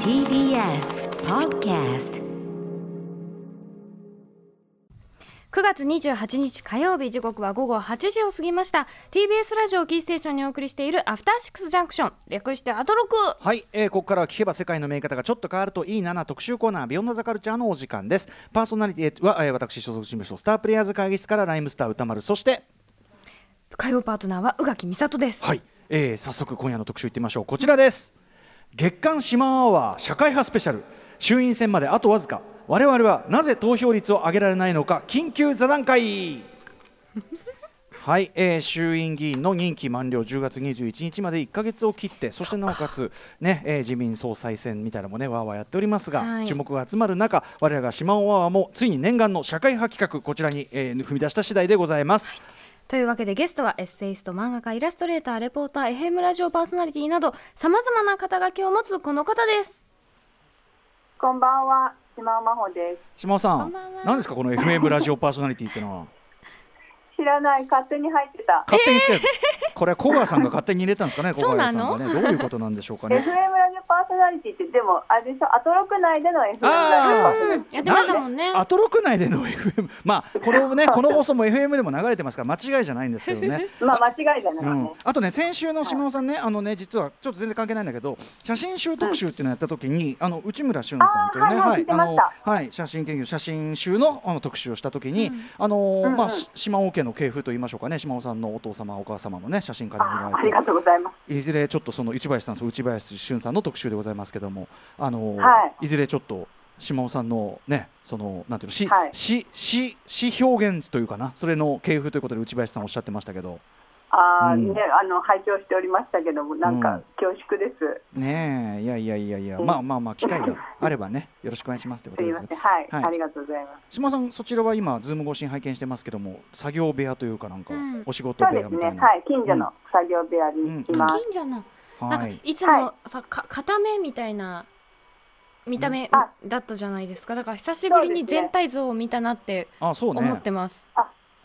TBS Podcast 9月28日火曜日時刻は午後8時を過ぎました TBS ラジオキーステーションにお送りしているアフターシックスジャンクション略してアトロクはい、えーここからは聞けば世界の見え方がちょっと変わるといいなな特集コーナービヨンドザカルチャーのお時間ですパーソナリティは、えー私所属事務所スタープレイヤーズ会議室からライムスター歌丸そして火曜パートナーは宇垣美里です、はい、えー早速今夜の特集いってみましょうこちらです月刊島アワー社会派スペシャル衆院選まであとわずか我々はなぜ投票率を上げられないのか緊急座談会はい、えー衆院議員の任期満了10月21日まで1か月を切ってそしてなおかつね、えー自民総裁選みたいなのもねわーわーやっておりますが、はい注目が集まる中我らが島アワーもついに念願の社会派企画こちらに、えー踏み出した次第でございます、というわけでゲストはエッセイスト漫画家イラストレーターレポーター FM ラジオパーソナリティなどさまざまな肩書きを持つこの方ですこんばんは、島尾真帆で島尾さこんんばんは何ですかこの FM ラジオパーソナリティってのはす。知らない、勝手に入ってた。勝手につける、これは小川さんが勝手に入れたんですかね小そうな川さんのがねどういうことなんでしょうか FM ラねジオパーソナリティって、でも、あれでしょ、アトロク内での FM あラジオパーソナリティ。うんやってましたもんねアトロク内での FM まあこれをねこの放送も FM でも流れてますから間違いじゃないんですけどね、まあ、間違いじゃないうわんね。、あとね先週の島尾さんねあのね実はちょっと全然関係ないんだけど写真集特集っていうのをやった時にあの内村俊さんというねあーはいはい聞いてあまのしたはい写真研究写真集のあの特集をした時に、うんあのーうんうんまあし島尾家の系譜と言いましょうかね島尾さんのお父様お母様もね写真家に見られあーあてりがとうございます。いずれちょっとその内林さん、そう内林俊さんの特集でございますけども、あの、はいずれちょっと島尾さんのね、そのなんていうの、し、はいし、し、し表現というかな、それの系譜ということで内林さんおっしゃってましたけど、ああ、うんね、あの、拝聴しておりましたけども、なんうかん恐縮です。ねえ、いやいやいやいや、うんまあまあまあ機会があればね、よろしくお願いしますというこすとみでますせ。ん、はい、はいありがとうございます。島尾さん、そちらは今ズーム越しに拝見してますけども、作業部屋というかなんか、うんお仕事そう部で屋すみねたい、な、はい、近所の作業部屋にいます。近所のなんはかい、いつもさ、か片目みたいな見た目うんあだったじゃないですかだから久しぶりに全体像を見たなってあ、そう思ねっ。てます、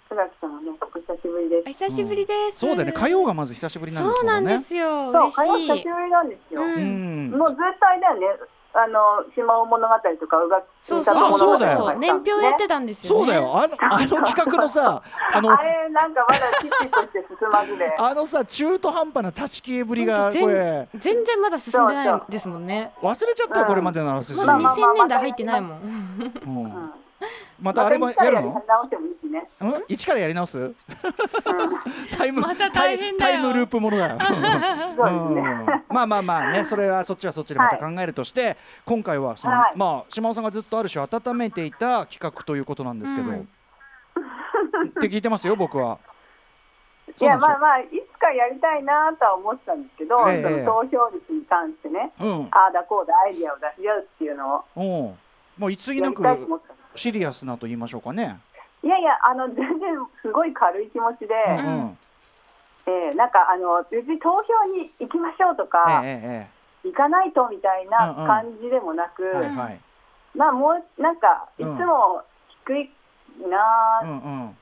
つばきさんもね、お久しぶりです。あ久しぶりです、そうだよね、火曜がまず久しぶりなんですそうもなんんでね。すよそう、嬉火曜久ししいぶりなんですよ。ううんもうずっとあれだよね、あの、島尾物語とか、うが、そうあそうそそううだよそう年表やってたんですよねそうだよ、あの あの企画のさ、あのあれ、なんかまだキッチとして進まずで。あのさ中途半端な断ち切りぶりほがんと全これ全然まだ進んでないですもんね忘れちゃったようんこれまでの話ままだあまあ2000年代入ってないもんうんうんまたあれもまやたる一の回直してもいいしね。うん一からやり直すタイムまた大変だタよイタイムループものだよそうですね。うんまあまあまあねそれはそっちはそっちでまた考えるとして今回はそのはいまあ島尾さんがずっとある種温めていた企画ということなんですけどうんって聞いてますよ僕は。 いやまあまあいつかやりたいなとは思ってたんですけど、ええその投票率に関してね、そうなんですよああだこうだアイディアを出し合うっていうのをうんうんもういつぎやなりくたいと思ってたんでシリアスなと言いましょうかね。す。いやいやあの全然すごい軽い気持ちで、うんうんええなんかあの別に投票に行きましょうとえか、ええ行かないとみたいな感じでもなく、えええはいはい。まあもうなんかいつも低いなあうんうん。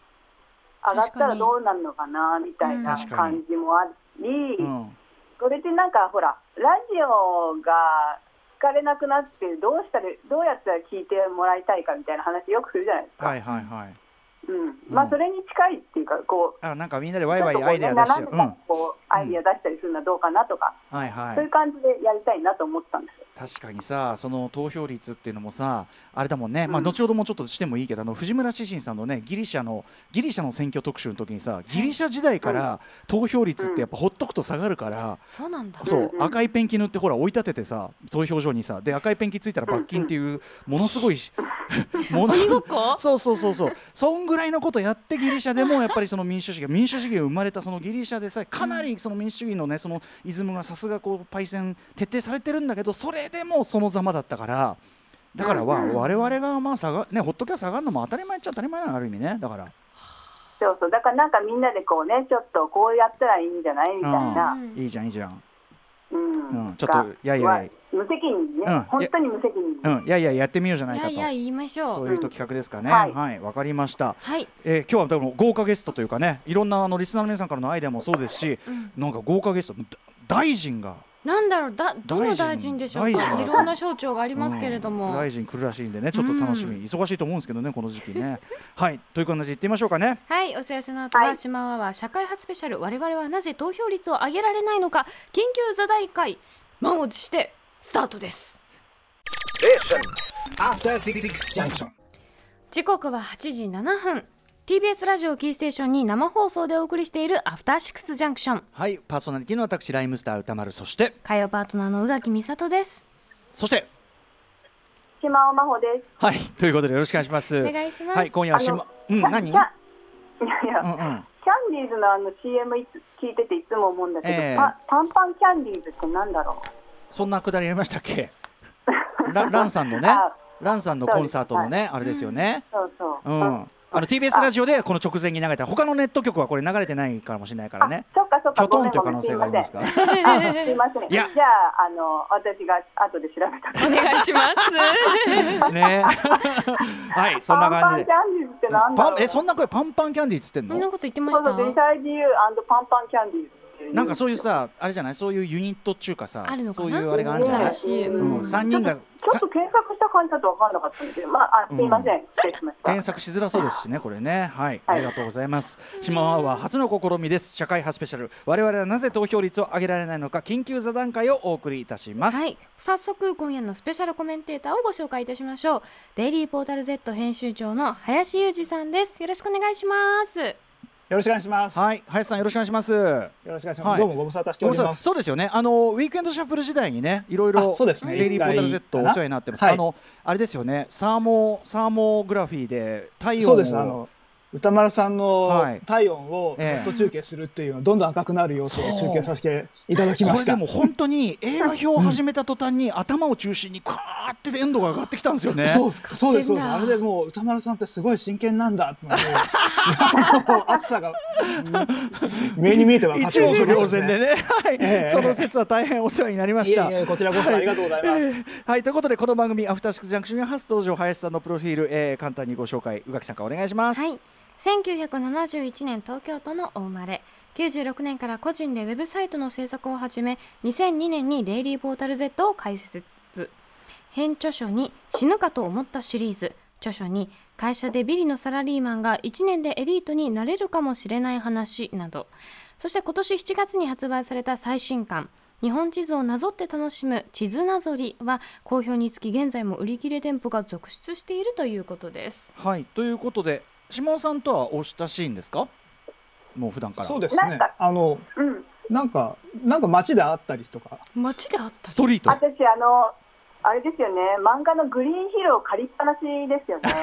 上がったらどうなるのかなみたいな確かに感じもあり、うんそれでなんかほらラジオが聞かれなくなってどうしたらどうやったら聞いてもらいたいかみたいな話よくするじゃないですか、はいはいはい。うんまあ、それに近いっていうかこうあなんかみんなでワイちょワっとイこアうイデねア出し斜てめる。うん。からこうアイデア出したりするのはどうかなとか、はいはそういうい。感じでやりたいなと思ったんですよ。確かにさ、その投票率っていうのもさ、あれだもんね。んまあ後ほどもちょっとしてもいいけど、あの藤村志信さんのね、ギリシャのギリシャの選挙特集の時にさ、ギリシャ時代から投票率ってやっぱほっとくと下がるから、そうなんだそううん赤いペンキ塗ってほら追い立ててさ、投票所にさ、で赤いペンキついたら罰金っていうものすごいし、もの鬼ごっこそうそうそうそうそんぐらいのことやってギリシャでもやっぱりその民主主義が民主主義が生まれたそのギリシャでさえかなりその民主主義のねそのイズムがさすがこうパイセン徹底されてるんだけどそれでもそのざまだったからだからはうん我々がまあ下がねほっときゃ下がるのも当たり前っちゃ当たり前なのある意味ねだからそうそうだからなんかみんなでこうねちょっとこうやったらいいんじゃないみたいな、うんいいじゃんいいじゃんうんうんちょっといやいやいやは無責任にね、うん本当に無責任に、うんいやいややってみようじゃないいかやといや言いましょそうういう企画ですかねうんはいはいわかりましたはいえー今日は多分豪華ゲストというかねいろんなあのリスナーの皆さんからのアイデアもそうですしうんなんか豪華ゲストだ大臣がなんだろうだどの大臣でしょう大か臣いろんな省庁がありますけれどうんも、大臣来るらしいんでねちょっと楽しみ、うん忙しいと思うんですけどねこの時期ね はいという感じで行ってみましょうかねはいお知らせの後ははい島は社会派スペシャル我々はなぜ投票率を上げられないのか緊急座談会満を持してスタートです After Six Junction. 時刻は8時7分 TBS ラジオをキーステーションに生放送でお送りしているアフターシックスジャンクションはいパーソナリティの私ライムスター歌丸そして火曜パートナーの宇垣美里ですそして島尾真帆です。はいということでよろしくお願いしますお願いしますはい今夜は島うんキャ何キャいやいや、うんうんキャンディーズのあの CM いつ聞いてていつも思うんだけど、ええパ短パンキャンディーズってなんだろうそんなくだりやりましたっけ ラランさんのねあランさんのコンサートのねあれですよねそうそう、うん、あの TBS ラジオでこの直前に流れた他のネット局はこれ流れてないかもしれないからねそっかそっキかョトごンめんというご可めん能す性いがあまりせんますからすいませんいじゃやああの私が後で調べたお願いし ます ねはいそんなパン感じパンでキャンディーズってなんだパろうンえそんな声パンパンキャンディーっつってんそんのなこと言ってまそしうそうた全体自由パンパンキャンディーズっていうなんかそういうさあれじゃないそういうユニット中かさあるのかそういなうあれがあるんじゃな新いしい、ううんうん、 3人がちょっと検索した感じだと分かんなかったんだけど、まあ、あすいません、失礼しました。検索しづらそうですしね、これね、はい、はあいりがとうございます。島アワー初の試みです。社会派スペシャル、我々はなぜ投票率を上げられないのか、緊急座談会をお送りいたします。はい、早速今夜のスペシャルコメンテーターをご紹介いたしましょうデイリーポータル Z 編集長の林裕二さんですよろしくお願いしますよろしくお願いします。よはい、林さん、よろしくお願いします。ろしくお願いしはまいす。どうもご無沙汰しております。そうですよね。あのウィークエンドシャッフル時代にね、いろいろあそうですねデイリーポータル Z お一回世話かなになってます。はいあのあれですよね、サーモサーモグラフィーで体温そをうです。あの歌丸さんはいの体温をネええット中継するっていうのどんどん赤くなる様子を中継させていただきこまれしでた。も本当に映画表を始めた途端に頭を中心にカーってエンドが上がってきたんですよね。そうそうですそうで使すってんだあれでもう歌丸さんってすごい真剣なんだってのがもう 暑 さがうん目に見えて分かっ一て面目白かっ瞭たです然でね。ね、はいええその説は大変お世話になりまいした。やいやこちらこそありがとうございます。はいということでこの番組「アフターシックスジャンクション」に初登場林さんのプロフィール、えー、簡単にご紹介宇垣さんからお願いします。はい1971年東京都のお生まれ96年から個人でウェブサイトの制作を始め2002年にデイリーポータル Z を開設編著書に「死ぬかと思った」シリーズ著書に「会社でビリのサラリーマンが1年でエリートになれるかもしれない話」などそして今年7月に発売された最新刊「日本地図をなぞって楽しむ地図なぞり」は好評につき現在も売り切れ店舗が続出しているということです。はいということで島尾さんとはお親しいんですかもう普段からそうですなんねか。あのうん、なんかなんか街で会ったりとか。街であったストリート私あのあれですよね、漫画のグリーンヒルを借りっぱなしですよね。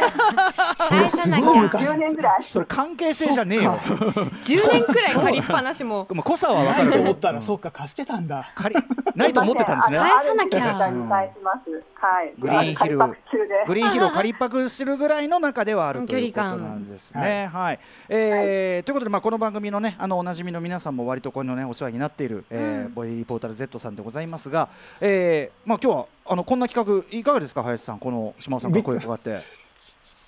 それれすすごごいい昔昔。 10年ぐらい。それ関係性じゃねえよ。 10年くらい借りっぱなしもまあ濃さは分かなるいとけど思ったら、そうか、貸してたんだ。借りないと思ってたんですねあの。返さなきゃあるんで絶対に返します。はい。グリーンヒルあの借りパク中グリで。ーンヒルを借りパクするぐらいの中ではあるということ距離感なんですね。はい、えーということで、まあ、この番組のね、あのおなじみの皆さんも割とこのね、お世話になっている。えーうんボイリーポータル Z さんでございますが、えーまあ、今日は、あの、こんな企画、いかがですか、林さん、この島尾さんから声を伺って。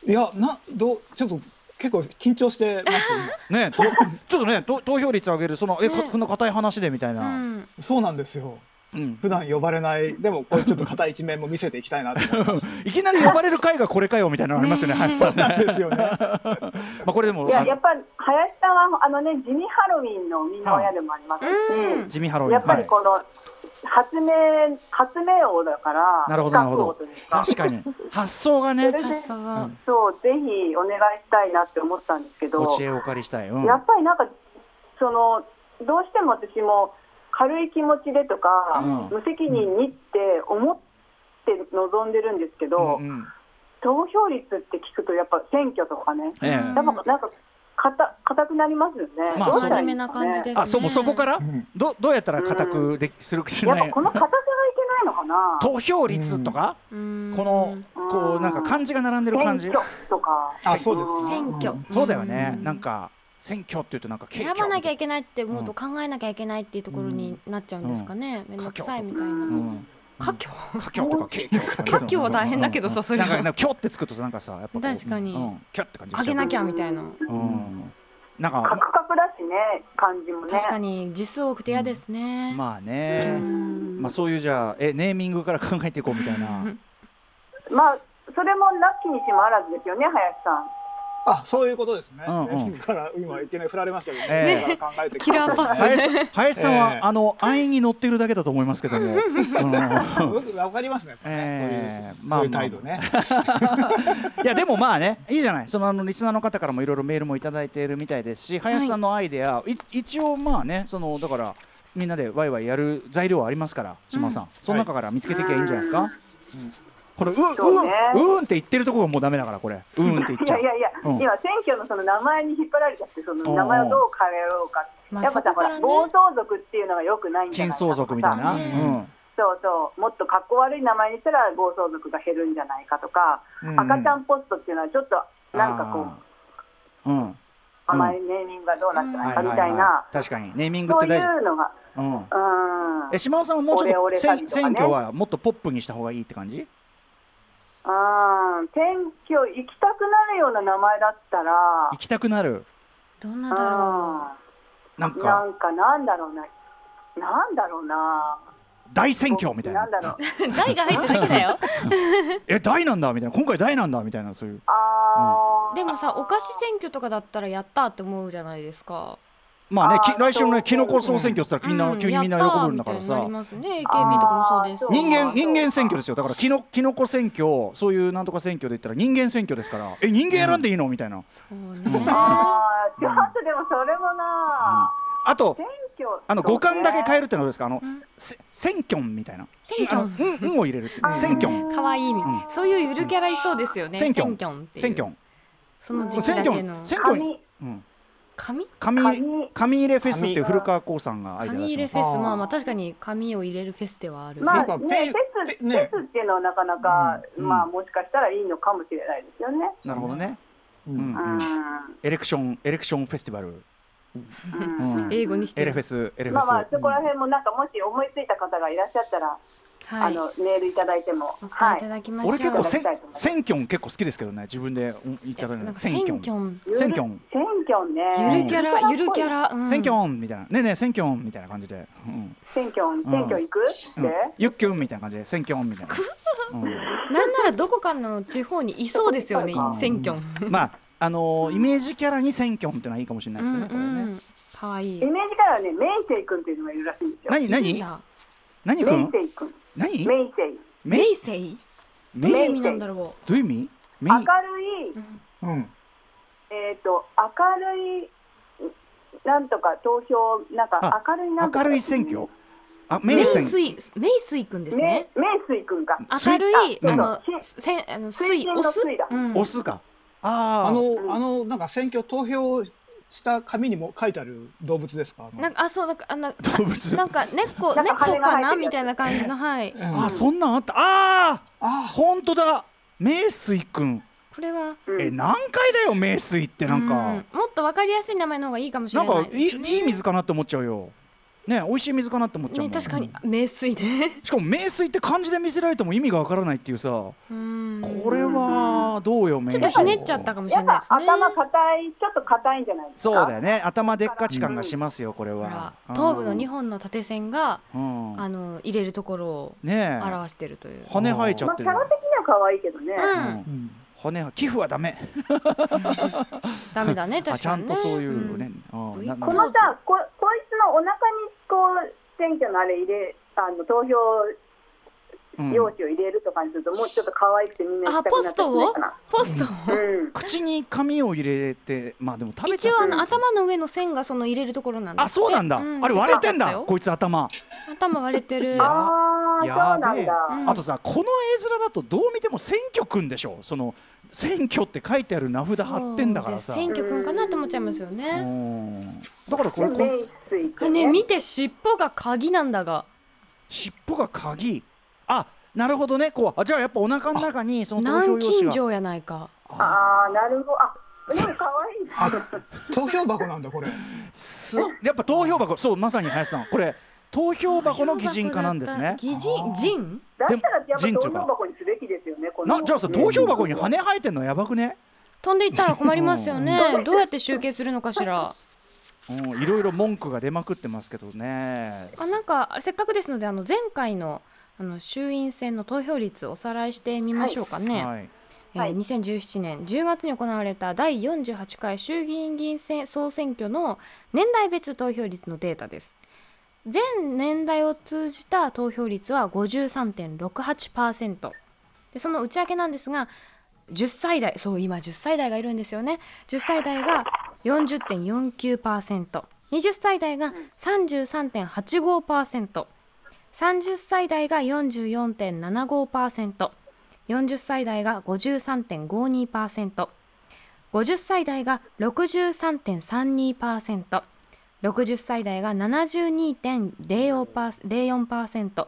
いや、な、どう、ちょっと、結構緊張してます。ね、と ちょっとね、と投票率上げる、その、え、ねここんな硬い話でみたいうな。ん、そうなんですよ。うん普段呼ばれない、でも、これちょっと硬い一面も見せていきたいなと思います。いきなり呼ばれる回がこれかよみたいなのありますよね、ね林さん。まなんですよね。あ、これでもい、やあやのっぱり林さんはあのね地味ハロウィンのみんな親でもありますし、うん地味ハロウィン。やっぱはりいこの発明、発明王だから、なるほど、なるほ学王どという。か確か に、発想がねそ。れで発想はそうぜひお願いしたいなって思ったんですけど、お知恵をお借りしたい。うん。やっぱりなんかそのどうしても私も軽い気持ちでとか、うん無責任にって思って望んでるんですけど、うんうん投票率って聞くとやっぱ選挙とかね、ええうんやっぱなんかかた硬くなりますよね。まあどうしたら真面いい目んなですか感じですね。あそこそこから、んどどうやったら固くできするしやっなぱいこの硬さがいけないのかな。投票率とか、うんこのうんこうなんか漢字が並んでる感じ選挙とか。あ、そうですね。選挙そうだよね、うんなんか選挙っていうとなんか景選挙ばなきゃいけないって思うと考えなきゃいけないっていうところになっちゃうんですかね、めんどくさいみたいなうん家境歌挙とか景挙とかね歌挙は大変だけどさそれはなんかなんか「きょ」ってつくとなんかさやっぱこう確かにうん、きょって感じあげなきゃ、ゃみたいなうん、なんカかクカクだしね感じもね確かに実数多くて嫌ですね、まあうね、んまあ、そういうじゃあえネーミングから考えていこうみたいなまあそれもなきにしもあらずですよね林さんあ、そういうことですね。うんうんネーミングから 今いきなり振られますけど、ええネーミングから考えてキラーパス林さん林さんは、ええあの安易に乗ってるだけだと思いま すけども、うんよくわかりますね。ええそういうまあそういう態度ね。 いやでもまあねいいじゃないそのあのリスナーの方からもいろいろメールもいただいているみたいですし林さんのアイデア、い一応まあねそのだからみんなでワイワイやる材料はありますから島さん、その中から見つけていけばいいんじゃないですか、これううそうねんうーんって言ってるところがもうダメだからこれうーんって言っいちゃやういやいや、うん今選挙のその名前に引っ張られちゃってその名前をどう変えようかって、まあやっぱそさこほかららね暴走族っていうのがよくないんじゃ珍な相いかと続みたいかな、ねそうそうもっとかっこ悪い名前にしたら暴走族が減るんじゃないかとか、うんうん赤ちゃんポストっていうのはちょっとなんかこうう、うん、あまりネーミングがどうなってないかみたいな、い、確かにネーミングってそう大い事うのがうんうんえ島尾さんはもうちょっとオレオレせ詐欺んとかね選挙はもっとポップにした方がいいって感じあー選挙行きたくなるような名前だったら行きたくなるどんなだろうなんんなかんかなんだろうななんだろうな大選挙みたいななんだろうう 台が入ってるだけだよえ大なんだみたいな今回大なんだみたいなそういうあ ーでもさお菓子選挙とかだったらやったって思うじゃないですかまあねきあー来週のそうそねうキノコ総選挙って言ったらみんな、うん急にみんなやった喜ーぶんだからみたいさになりますね AKB とかもそうですしあーそう人間か人間選挙ですよだからキノキノコ選挙そういうなんとか選挙で言ったら人間選挙ですからえ人間選んでいいのみたいなそうねあーちょっとでもそれもな、あと選挙あの五感だけ変えるるってのはどうですかあのんせ選挙みたいな選あ挙のうんうんを入れるってあー選挙可愛いみたいな、うそういうゆるキャラいそうですよね。選挙選挙っていう選挙その時期選だけの挙選挙に紙う紙ん紙紙紙入れフェスっていう古川光さんがアイデア紙入出れしフェスあーまあまあ確かに紙を入れるフェスではある。まなあんかペイね、フェペス、ねフェスっていうのはなかなか、うんまあもしかしたらいいのかもしれないですよね。たなるほどねううんんうん。エレクションエレクションフェスティバルうんうん英語にしてエレるフェスエレフまあまェあスそこら辺もなんかもし思いついた方がいらっしゃったら、はあい。のおメールいただいても、伝はえいたい。だきましょう。俺結構せいただきたいと思います選挙結構好きですけどね自分でうん言ったえらなんか選選挙挙ゆる選挙選挙ね。ゆるキャラゆるキャ。ラ、うん、選挙みたいなねえねえ選挙みたいな感じでうん選挙選挙行くってう。んゆっきゅんみたいな感じで選挙みたいなうなんならどこかの地方にいそうですよねうん選挙。んまああのーイメージキャラに選挙ってのはいいかもしれなういでんすねこれうねん。可愛いイ。メージからはね、メイセイ君っていうのがいるらしいんですよ。何いいん何だ何くメイんセイ君。何メイセイ。メメイイセイ。どメうイいう意味なんだろどういう意味メイ明るい、うん。えっと明るいなんとか投票なんかあ明るいなんと明か。るい選挙あう。メメイイ選スイメイスイくんですねね。、名水君が。水明るいああのうんせんあの水水オのス水だうんオスかあーあんの、あの、なんか選挙投票した紙にも書いてある動物ですか。あのなんかあそうなんかあの動物なんか猫なんか猫羽がか生えてるやなつみたいな感じのはいうんあそんなんあったあああ本当だ名水くんこれはうんえ何回だよ名水ってなんかうんもっとわかりやすい名前の方がいいかもしなれんなかいいですいいい水かなって思っちゃうよね美味しい水かなって思っちゃうもねん確かに名水でしかも名水って漢字で見せられても意味がわからないっていうさこ うんれはどうよ名ちょ水っとひねっちゃったかもしやれっないぱですね頭硬い、ちょっと硬いんじゃないですか。そうだよね頭でっかち感がしますよこれほはらうん頭部の2本の縦線がうんあの入れるところをねえ表してるという羽生えちゃまっあキてャるラ的には可愛いけどね。うんうあ。んうん。羽は寄付はダメダメだね あ確ちゃかんにとねそういうねうんなこなのさ、ここいつのお腹にこう選挙のあれ入れ、あの投票うん用紙を入れるとかにすると、もうちょっと可愛くてみんな行あきたポスくなっちゃトうんじゃなをいかな。ポストをうん。口に紙を入れてまあでも食べち一ゃ応っあの頭の上の線がその入れるところなんだあそうなんだ、あれ割れてんだこいつ頭、頭割れて るああ、そうやなべえんだ。うんあとさこの絵面だとどう見ても選挙くんでしょその選挙って書いてある名札貼ってんだからさそうです選挙くんかなと思っちゃいますようね。んだからこれこの名水あ君ね見て尻尾が鍵なんだが。尻尾が鍵あなるほどねこうあじゃあやっぱお腹の中にその投南京票用紙が錠やないか。あああ、なるほど。あ、でも可愛いね。 あ、投票箱なんだ、これ。すやっぱ投票箱そうまさに林さんこれ投票箱の擬人化なんですね擬人人？だったらやっぱ人投とか票箱にすべきですよね。このなじゃあさ投票箱に羽生えてんのやばくね飛んでいったら困りますようね んどうやって集計するのかし らうんいろいろ文句が出まくってますけどね。あなんかせっかくですのであの前回のあの衆院選の投票率おさらいしてみましょうかね、はい、えーはい2017年10月に行われた第48回衆議院議員選総選挙の年代別投票率のデータです全年代を通じた投票率は53.68%でその内訳なんですが10歳代そう今10歳代がいるんですよね10歳代が40.49%20 歳代が33.85%、30歳代が44.75%、40歳代が53.52%、50歳代が63.32%、60歳代が72.04%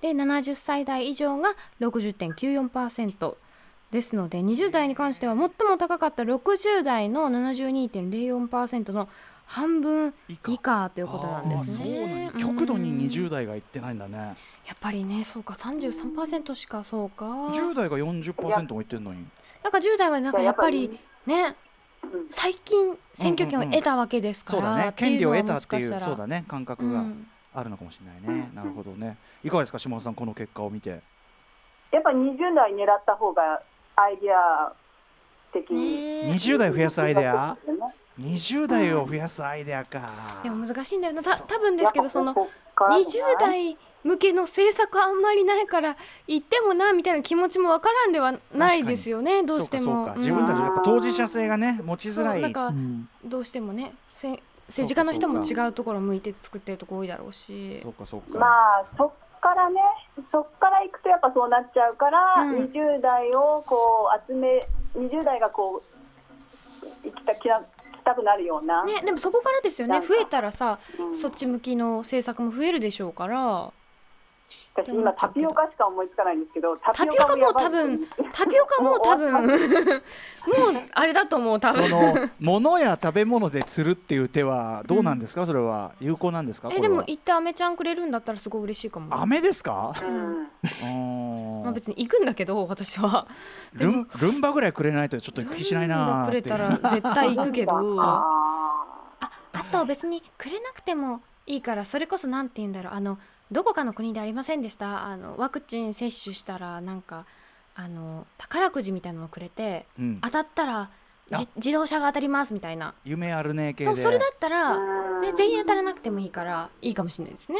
で70歳代以上が60.94%ですので20代に関しては最も高かった60代の72.04%の半分以下ということなんですあーそうなんねや。極度うんに20代がいってないんだね。やっぱりねそうか33%しかそうか10代が40%もいってんのに。なんか10代はなんかやっぱりねうん最近選挙権を得たわけですかそうら、だね。って権い利うをのは得たもっしてかいしうたらそうだね感覚うがんあるのかもしれないね。なるほどね。いかがですか、島田さんこの結果を見て。やっぱ20代狙った方がアイデア的に、ねえ20代増やすアイデアそうですね ?20 代を増やすアイデアか。でも難しいんだよなた多分ですけどそのやっぱここからじ20ゃない代向けの政策あんまりないから言ってもなみたいな気持ちもわからんではないですよねどうしてそうもかそうか自分たちでやっぱ当事者性がね持ちづらそうないん。かうんどうしてもねせ政治家の人も違うところ向いて作ってるとこ多いだろうしそうかそうまか。あそっからねそっから行くとやっぱそうなっちゃうから、うん20代をこう集め20代がこう行きたきな来たくなるような、ねでもそこからですよなねんか増えたらさうんそっち向きの政策も増えるでしょうから私今タピオカしか思いつかないんですけどタタピオカもやうばい多分タピオカもう多分もうあれだと思う多そ分の物や食べ物で釣るっていう手はどうなんですか、それは有効なんですか。えこでれはも行ってアメちゃんくれるんだったらすごい嬉しいかも、ま飴で すか。うんあ、ま別に行くんだけど私はルンルンバぐらいくれないとちょっと行く気しないなーくっていれうたら絶対行くけどあああと別にくれなくてもいいからそれこそなんて言うんだろうあのどこかの国でありませんでしたあのワクチン接種したらなんかあの宝くじみたいなのくれてうん当たったらじ自動車が当たりますみたいな夢あるね系そでうそれだったーら、うんね、全員当たらなくてもいいからいいかもしれないですね。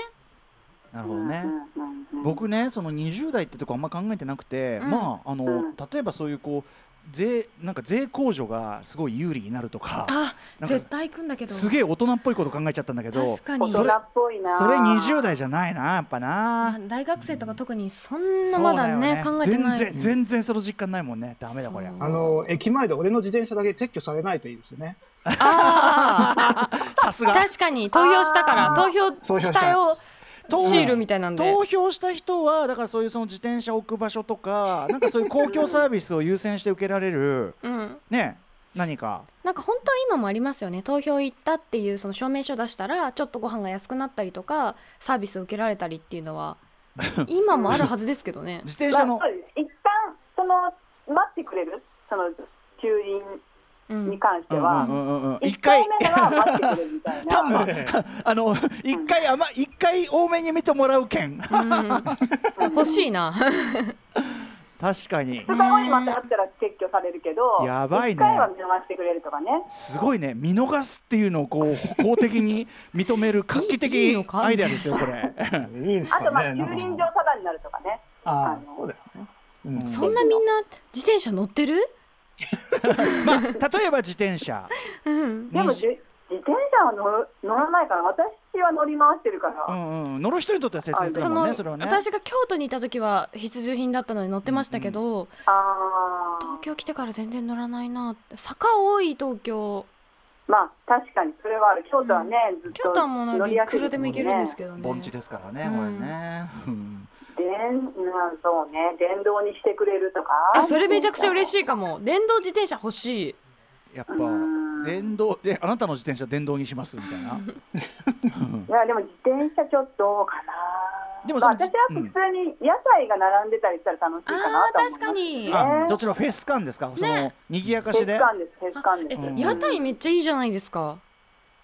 なるほどね、うんうんうんうん僕ねその20代ってとこあんま考えてなくて、うんまああの、うん例えばそういうこう税なんか税控除がすごい有利になるとかあなんか絶対行くんだけどすげえ大人っぽいこと考えちゃったんだけど確か大に人っぽいなそれ20代じゃないなやっぱまあな大学生とか特にそんなまだねそう考よえてない全然全然その実感ないもんねダメだこりゃそうあの、駅前で俺の自転車だけ撤去されないといいですよね。ああさ すが確かに投票したからあ投ー票投票ししたたよ投シールみたいなんで投票した人はだからそういうその自転車置く場所とかなんかそういう公共サービスを優先して受けられるうんね何かなんか本当は今もありますよね投票行ったっていうその証明書出したらちょっとご飯が安くなったりとかサービスを受けられたりっていうのは 今もあるはずですけどね自転車のまあそうです一旦その待ってくれるその求人うにん関しては、うんうんうんうん一一回回目な ら待ってくれるみたいな。多分あの一回あま一回多めに見てもらう券うん欲しいな 確かに2日後にまた会ったら撤去されるけど、やばいね1回は見逃してくれるとかね。すごいね見逃すっていうのをこう法的に認める画期いいいい的のかアイデアですよこれいいですあとまかあね。駐なん輪場かただになるとかね。ああのあ、そうですね。うんそんなみんな自転車乗ってるまあ例えば自転車うんでもにじ自転車は乗る乗らないから私は乗り回してるかうら。んうん乗る人にとっては切実そだのもんねそれはね私が京都にいた時は必需品だったので乗ってましたけど、あ東あ。京来てから全然乗らないな坂多い東京まあ確かにそれはある。京都はね、ずっと京都はもうなん乗かりいやすいくらでも行けるんですけどね盆地ですからねうんこれねうんど。電なんそうね電動にしてくれるとか。あそれめちゃくちゃ嬉しいかも電動自転車欲しいやっぱうん電動であなたの自 転車電動にしますみたいないやでも自転車ちょっとどうかな。でもまあ、その私は普通に野菜が並んでたりしたら楽しいあかなあとは思います確かにあどちらフェス感ですか、そのねにぎやかフしェでス。感ですフェスあ感でえすうん屋台めっちゃいいじゃないですか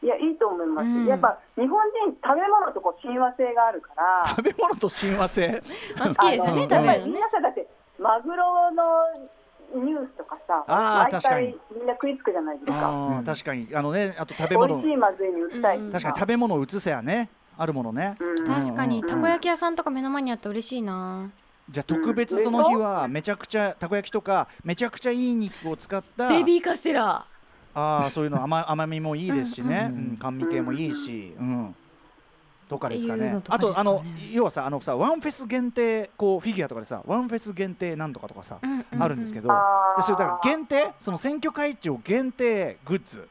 いやいいと思います、うんやっぱ日本人食べ物とこう親和性があるから食べ物と親和性。まあ好きですよねうん食やっべぱるのりみんねなさだってマグロのニュースとかさあー毎確かに回みんな食いつくじゃないですかあうーん確かに、あのね、あと食べ美物。味しいまずいに打ちたいうん確かに食べ物を移せやね、あるものね。うん確かにうんたこ焼き屋さんとか目の前にあって嬉しいなじゃあ特別その日はめちゃくちゃたこ焼きとかめちゃくちゃいい肉を使ったベビーカステラあーそういうの甘甘みもいいですしね、ううんん甘味系もいいし、うん、とかですかっていうねのとかあですとかあねの要はさあのさワンフェス限定こうフィギュアとかでさワンフェス限定なんとかとかさ、あるんですけどど、あーでそれだから限定その選挙会長限定グッズ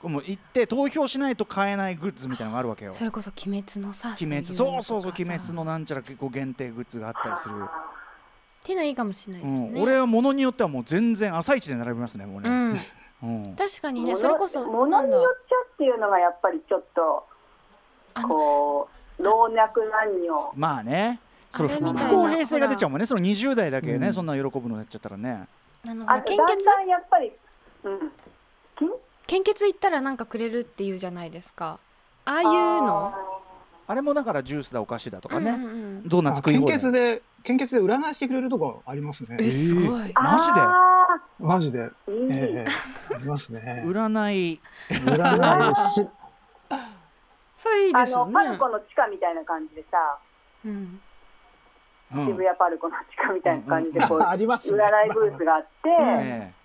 これもう行って投票しないと買えないグッズみたいなのがあるわけよそれこそ鬼滅のさ鬼滅いそうのとかさそうそう鬼滅のなんちゃら結構限定グッズがあったりする、っていうのいいかもしれないうですんね俺はものによってはもう全然朝一で並びますねもううね、んうん確かにね物それこそ物によっちゃっていうのがやっぱりちょっとあのこう老若男女まあねそのあれ不みたいな公平性が出ちゃうもんねその20代だけね、うんそんな喜ぶのやっちゃったらねあのほあらと献だん血だんやっぱり、うん、金献血行ったらなんかくれるっていうじゃないですかあああいうのあれもだからジュースだお菓子だとかうんね、うんうんドーナツあ食い献放題血で献血で占いしてくれるとこありますねえすごいーマジであマジでーいい、ええありますね占い占いしそれいいであすよのねパルコの地下みたいな感じでさうんうん渋谷パルコの地下みたいな感じでこう、ありますね占いブースがあって、うんええ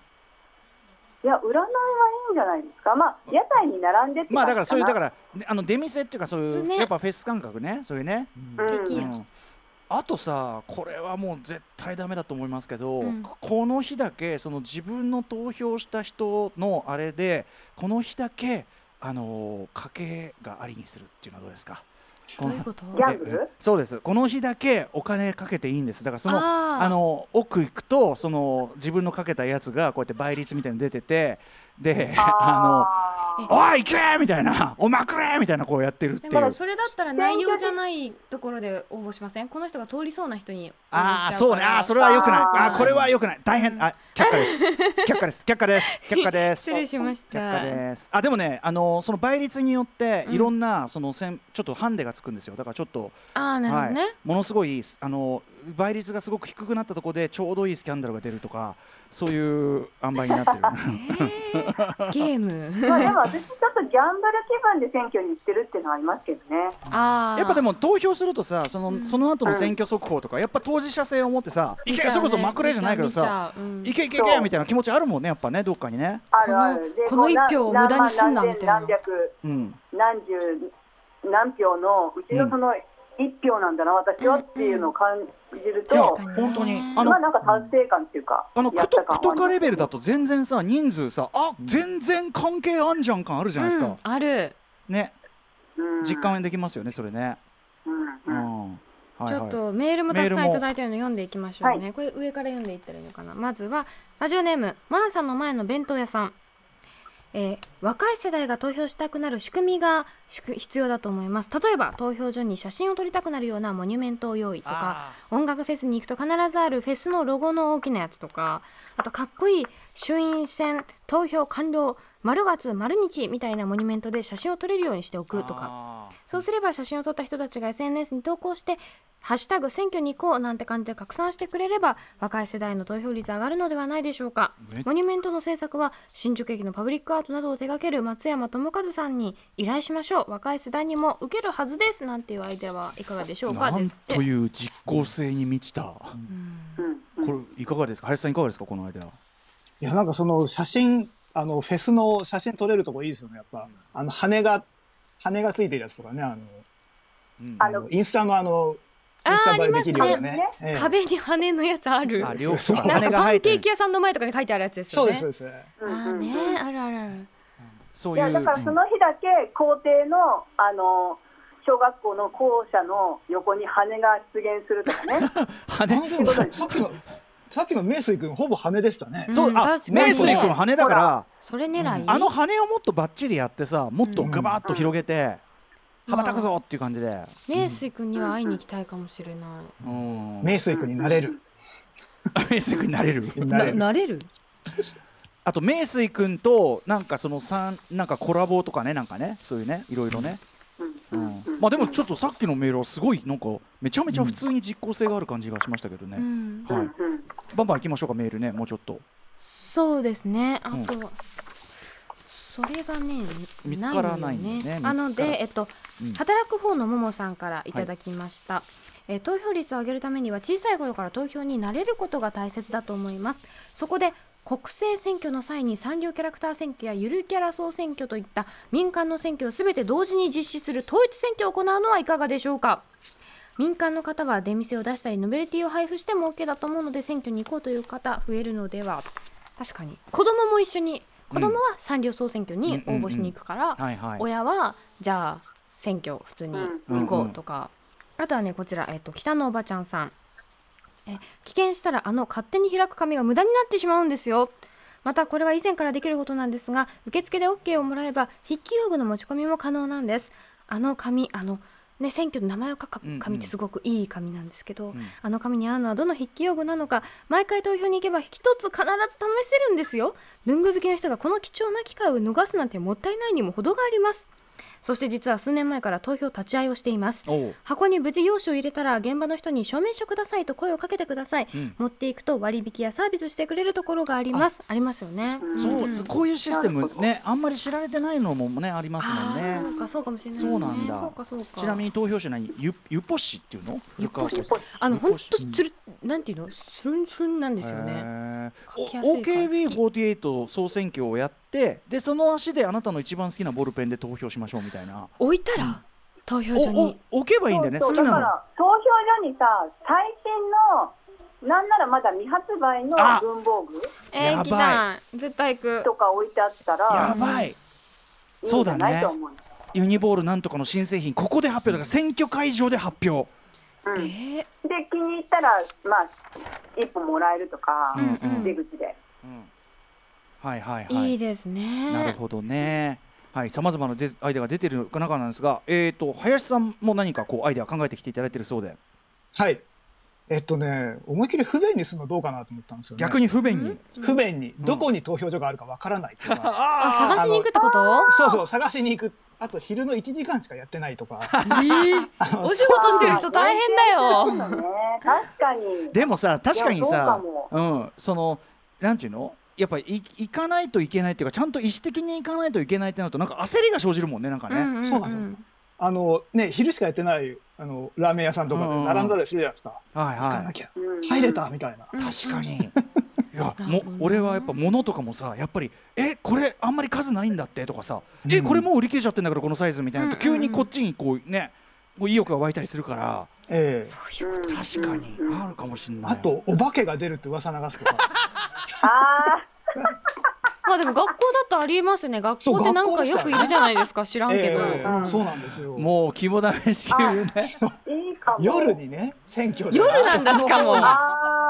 いや占いはいいんじゃないですかまあ屋台に並んでってまあだからそういうだかららねあの出店っていうかそういう、ねやっぱフェス感覚ねそういうね、うんうん激いやうんあとさこれはもう絶対ダメだと思いますけど、うんこの日だけその自分の投票した人のあれでこの日だけあの家計がありにするっていうのはどうですかどういうことギャンブルええそうですこの日だけお金かけていいんですだからそのあーあの奥行くとその自分のかけたやつがこうやって倍率みたいに出ててでああえの「おい行け!」みたいな「おまくれ!」みたいなこうやってるっでていもう。それだったら内容じゃないところで応募しませんこの人が通りそうな人に応募あしちあーゃそううかねらあーそれは良くないあーあーこれは良くない大変あ却 下です却下です却下です却下です失礼しまし却下たですあでもねあのその倍率によってうんいろんなそのせんちょっとハンデがつくんですよだからちょっとああなるほどね、はい、ものすごいあの倍率がすごく低くなったところでちょうどいいスキャンダルが出るとかそういう塩梅になってる えーゲーム ーまあでも私ちょっとギャンブル気分で選挙に行ってるっていうのはありますけどねああやっぱでも投票するとさその,、うんその後の選挙速報とかやっぱ当事者性を持ってさい見けちゃうねそれこそまくれじゃないけど見ちさゃううんいけいけいけみたいな気持ちあるもんねやっぱねどっかにね。あるあるでこのうこのな一票を無駄にすんな何万みたいな何千何百うん何十何票のうちのその一票なんだな、私はっていうのを感じると、いや確かにね本当にあのまあなんか達成感っていうか、あのやくっとた感くとかレベルだと全然さ人数さあ全然関係あんじゃん感あるじゃないですうんか、あるねうん実感できますよねそれね、ううんうんんはいはいちょっとメールもたくさんメールいもただいてるの読んでいきましょうね、これ上から読んでいったらいいのかなまずはラジオネームマーさんの前の弁当屋さんえー若い世代が投票したくなる仕組みがしく必要だと思います例えば投票所に写真を撮りたくなるようなモニュメントを用意とかあ音楽フェスに行くと必ずあるフェスのロゴの大きなやつとかあとかっこいい衆院選投票完了丸月丸日みたいなモニュメントで写真を撮れるようにしておーくとかあそうすれば写真を撮った人たちが SNS に投稿して「ハッシュタグ選挙に行こう」なんて感じで拡散してくれれば若い世代の投票率上がるのではないでしょうかめっモニュメントの制作は新宿駅のパブリックアートなどを手掛ける松山智和さんに依頼しましょう若い世代にも受けるはずですなんていうアイデアはいかがでしょうかなでんすってという実効性に満ちた、うんうんこれいかがですか林さんいかがですかこのアイデアいや、なんかその写真、あの、フェスの写真撮れるとこいいですよね、やっぱ。あの、羽が、羽がついてるやつとかね、あの、うんああのインスタのあの、インスタ映えできるようなね。ええ壁に羽のやつあるあなん両方そう羽かがパ生えンてケるーキ屋さんの前とかに書いてあるやつですそようでねす、そうです。あうんうーんねあるあるあるそういいうやだからその日だけ校庭のあの小学校の校舎の横に羽が出現するとかね。羽あの、でも、さっきの、さっきの名水君、ほぼ羽でしたね。そうあ確かメにイスリ君の羽だからそれ狙いあの羽をもっとバッチリやってさもっとガバッと広げて、羽ばたくぞっていう感じで、名水君には会いに行きたいかもしれない。うん、名水君になれる。名水君になれるななれる。なれる あと名水君となんかその三なんかコラボとかねなんかねそういうねいろいろね、ううんんまあでもちょっとさっきのメールはすごいなんかめちゃめちゃ普通に実効性がある感じがしましたけどね、うん。はい、うんバンバン行きましょうかメールねもうちょっとそうですね。あんと、それがね、見つからないんだよね見つからなので、えっと、うん働く方のももさんからいただきました。えー投票率を上げるためには小さい頃から投票に慣れることが大切だと思いますそこで国政選挙の際に三流キャラクター選挙やゆるキャラ総選挙といった民間の選挙をすべて同時に実施する統一選挙を行うのはいかがでしょうか民間の方は出店を出したりノベルティを配布しても OK だと思うので選挙に行こうという方増えるのでは確かに子供も一緒に子供は三流総選挙に応募しに行くから、はいはい親はじゃあ選挙普通に行こうとか、あとはねこちら、えっと北のおばちゃんさんえ危険したらあの勝手に開く紙が無駄になってしまうんですよまたこれは以前からできることなんですが受付で OK をもらえば筆記用具の持ち込みも可能なんですあの紙あのね選挙の名前を書くうんうん紙ってすごくいい紙なんですけど、んあの紙に合うのはどの筆記用具なのか毎回投票に行けば一つ必ず試せるんですよ文具好きの人がこの貴重な機会を逃すなんてもったいないにも程がありますそして実は数年前から投票立ち会いをしていますおう箱に無事用紙を入れたら現場の人に証明書くださいと声をかけてください、うん持っていくと割引やサービスしてくれるところがありますありますよね、うんそう、んこういうシステムねあんまり知られてないのもねありますもあんーそねうかそうかもしれないですねそうなんだそうかそうかちなみに投票者何ゆゆっぽっしっていうのゆっぽっしゆっぽっしあのゆっ本こし当つるなんていうのスンスンなんですよねへー書きやすい感じ OKB48 総選挙をやってでその足であなたの一番好きなボールペンで投票しましょうみたいな置いたら投票所おにお置けばいいんだよねそ好うきそうだかなのら投票所にさ最新のなんならまだ未発売のあ文房具えー、や行ばいきたい絶対行くとか置いてあったやらばいいいんじゃないと思う。ユニボールなんとかの新製品ここで発表だから選挙会場で発表うんえー、で気に入ったらまあ一本もらえるとか、うんうん出口で。はいはいはいいいですねなるほどねはいさまざまなでアイデアが出てる中なんですがえっ、と林さんも何かこうアイデア考えてきていただいてるそうではい。えっとね、思いっきり不便にするのどうかなと思ったんですよね。逆に不便に、不便に、どこに投票所があるかわからない とか、ああ探しに行くってことそうそう、探しに行く。あと、昼の1時間しかやってない とか、あのお仕事してる人大変だよそうね、確かに。でもさ確かにいやさそうかうんそのなんていうのやっぱり行かないといけないっていうかちゃんと意思的に行かないといけないってなるとなんか焦りが生じるもんねなんかね、んんんそうなんですよあの、ね、昼しかやってない、あの、ラーメン屋さんとかで並んだりするじゃないですか。はい行かはなきゃ。うん入れたみたいな。うんうんい確かにいやなるもほどね俺はやっぱ物とかもさやっぱりえこれあんまり数ないんだってとかさ、うんえこれもう売り切れちゃってんだけどこのサイズみたいうなとんうんう急んにこっちにこうねこう意欲が湧いたりするからええそういうこ確かにうんあるかもしれないあと、お化けが出るって噂流すとか。あとまあでも学校だとありえますね学校ってなんかよくいるじゃないですか知らんけえど、えうんそうなんですよ。もう肝試し級ねあ、いいかも。 夜。にね、選挙で夜なんだしかも奥の方あ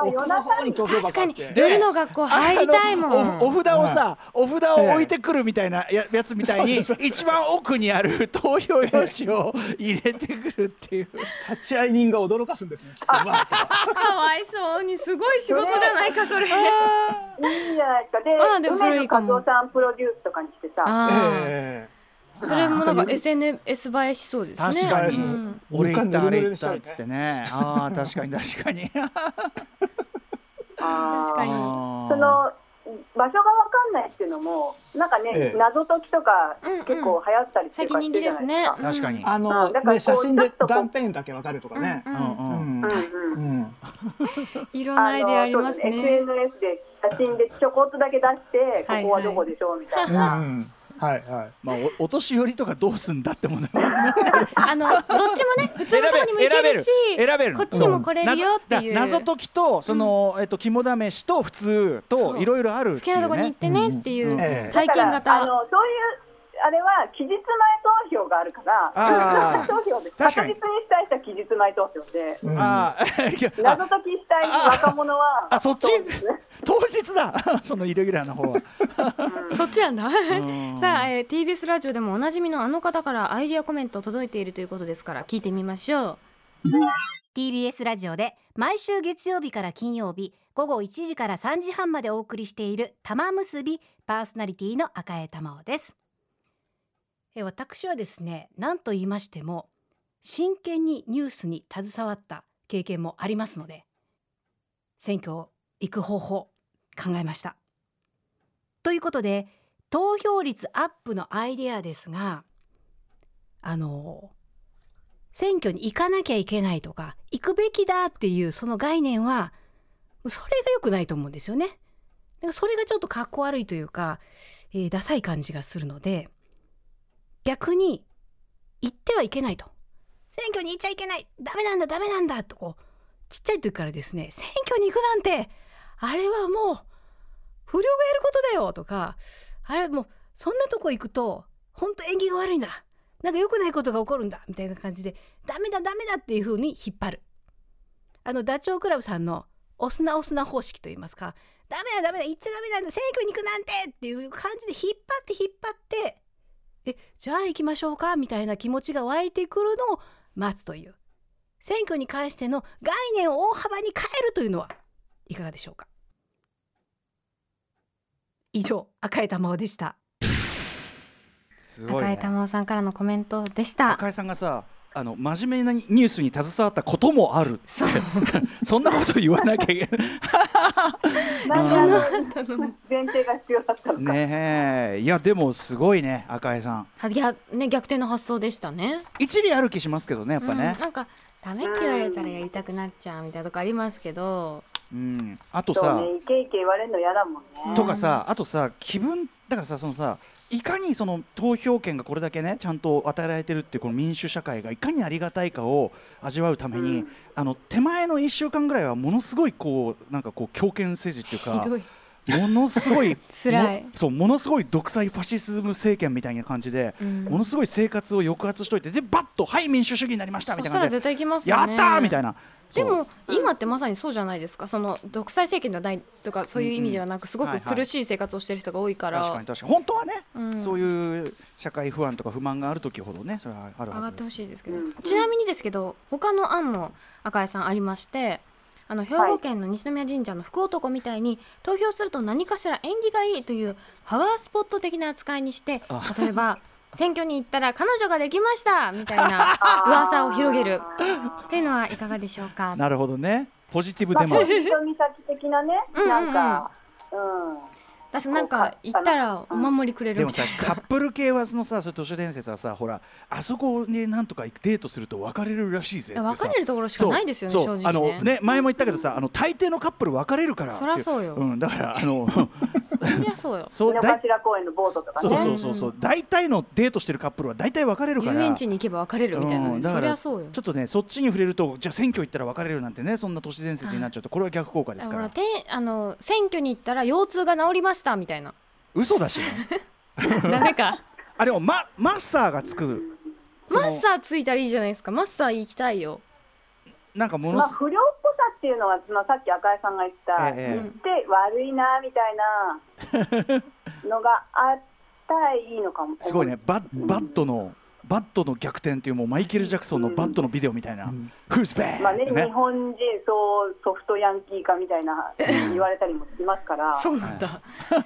あ、に夜奥の中方にに。投票確箱あかっにて。夜の学校入りたいもあんのおお札をさ、お札を置いてくるみたいなややつみたいに、そうそうそう一番奥にある投票用紙を入れてくるっていう立ち会い人が驚かすんですね、きっと。わーとかかわいそうにすごい仕事じゃないかそれいいんじゃないですか。で、あーでもそれいいかも梅野和夫さんプロデュースとかにしてさ。ああえそれもなんか SNS 映えしそうですね確かにうんえ床行ぬるぬるにしたたっりつっねて。ねああ確かに確か に確あーかにあーその場所がわかんないっていうのも、なんかね、ええ謎解きとかうんうん結構流行ったりってい最う近か人気でするじゃねない確かに、あうの、んだからね、写真こうでちょっとこう断片だけわかるとかね。うんううんうんうんん。ですか。うんうん。うん。いろんなアイデアありますあのそねうです SNS で写真でちょこっとだけ出して、はいここはどこでしょうみたいうんうな。ん。はいはい。まあおお年寄りとかどうすんだってもねあのどっちもね普通のとこにも行けるし選べる選べるこっちにも来れるよっていう謎解きとその、えっと肝試しと普通そとういろいろあるっ好てきいなうとこに行っねてねっていうええ体験だからあ型のそういうあれは期日前投票があるから、あー期日前投票で確確か実ににしたい人は期日前投票で、うんあー いやあ謎解きしたい若者はあそっちそうですね当日だ そのイレギュラーな方はそっちやんだう んさあ、えー TBS ラジオでもおなじみのあの方からアイディアコメント届いているということですから聞いてみましょう TBS ラジオで毎週月曜日から金曜日午後1時から3時半までお送りしている玉結びパーソナリティの赤江玉緒ですえ私はですね何と言いましても真剣にニュースに携わった経験もありますので選挙を行く方法考えましたということで投票率アップのアイデアですがあの選挙に行かなきゃいけないとか行くべきだっていうその概念はそれが良くないと思うんですよね。なんかそれがちょっとかっこ悪いというか、えーダサい感じがするので逆に行ってはいけないと選挙に行っちゃいけないダメなんだダメなんだとこうちっちゃい時からですね選挙に行くなんてあれはもう不良がやることだよとかあれもうそんなとこ行くと本当縁起が悪いんだなんか良くないことが起こるんだみたいな感じでダメだダメだっていう風に引っ張るあのダチョウ倶楽部さんのお砂お砂方式といいますかダメだダメだ言っちゃダメなんだ選挙に行くなんてっていう感じで引っ張って引っ張ってえじゃあ行きましょうかみたいな気持ちが湧いてくるのを待つという選挙に関しての概念を大幅に変えるというのはいかがでしょうか以上赤江玉緒でしたすごい、赤江ね、珠緒さんからのコメントでした赤井さんがさあの真面目なニュースに携わったこともあるってそうそんなこと言わなきゃいけないなんかああのの前提が必要だったのか、ねえいやでもすごいね赤井さんは逆ね逆転の発想でしたね一理ある気しますけどねやっぱねうん、なんかダメって言われたらやりたくなっちゃうみたいなとこありますけど、うん、あとそうさねイケイケ言われるの嫌だもんねとかさあとさ気分だからさそのさいかにその投票権がこれだけねちゃんと与えられてるっていうこの民主社会がいかにありがたいかを味わうために、うんあの手前の1週間ぐらいはものすごいこうなんかこう強権政治っていうかひどいものす ごい辛いもそうものすごい独裁ファシズム政権みたいな感じで、うんものすごい生活を抑圧しといてでバッとはい民主主義になりましたみそしたいたなら感じ絶で対行きますやよったねーみたいな。でそうも今ってまさにそうじゃないですかその独裁政権ではないとかそういう意味ではなくすごはくいはい苦しい生活をしてる人が多いから確かに確かに本当はね、うんそういう社会不安とか不満がある時ほどねそれはある上がはってずでほすしいですけど、うんちなみにですけど他の案も赤井さんありましてあの兵庫県の西宮神社の福男みたいに投票すると何かしら縁起がいいというパワースポット的な扱いにしてあ例えば選挙に行ったら彼女ができましたみたいなあー噂を広げるっていうのはいかがでしょうかなるほどねポジティブまであ、も、小人岬的なねうんうんなんかうん私なんか行ったらお守りくれでるもみさたいなカップル系はそのさそういう都市伝説はさほらあそこになんとかデートすると別れるらしいぜってさ別れるところしかないですよねそ正う直ねあのね前も言ったけどさあの大抵のカップル別れるからってそりゃそうようん、だからあの いやそうよそう井のだい頭公園のボートとかそうねそうそうそう大体のデートしてるカップルは大体別れるか遊ら園地に行けば別れるみたいなね、うんだかそらりゃそうよちょっとねそっちに触れるとじゃあ選挙行ったら別れるなんてねそんな都市伝説になっちゃうとこれは逆効果でだすかかららてあの選挙に行ったら腰痛が治りましたみたい な嘘だし ねダメかあでもママッサーがつくそのマッサーついたらいいじゃないですかマッサー行きたいよなんかもまのあ、す不良っぽさっていうのは、まあ、さっき赤井さんが言った、ええ言って悪いなみたい なのがあったらいいのかも。すごいねバッバットのバットの逆転っていうもうマイケル・ジャクソンのバットのビデオみたいな「Who's bad?」まあね、ね日本人そうソフトヤンキーかみたいな言われたりもしますから、うなんだ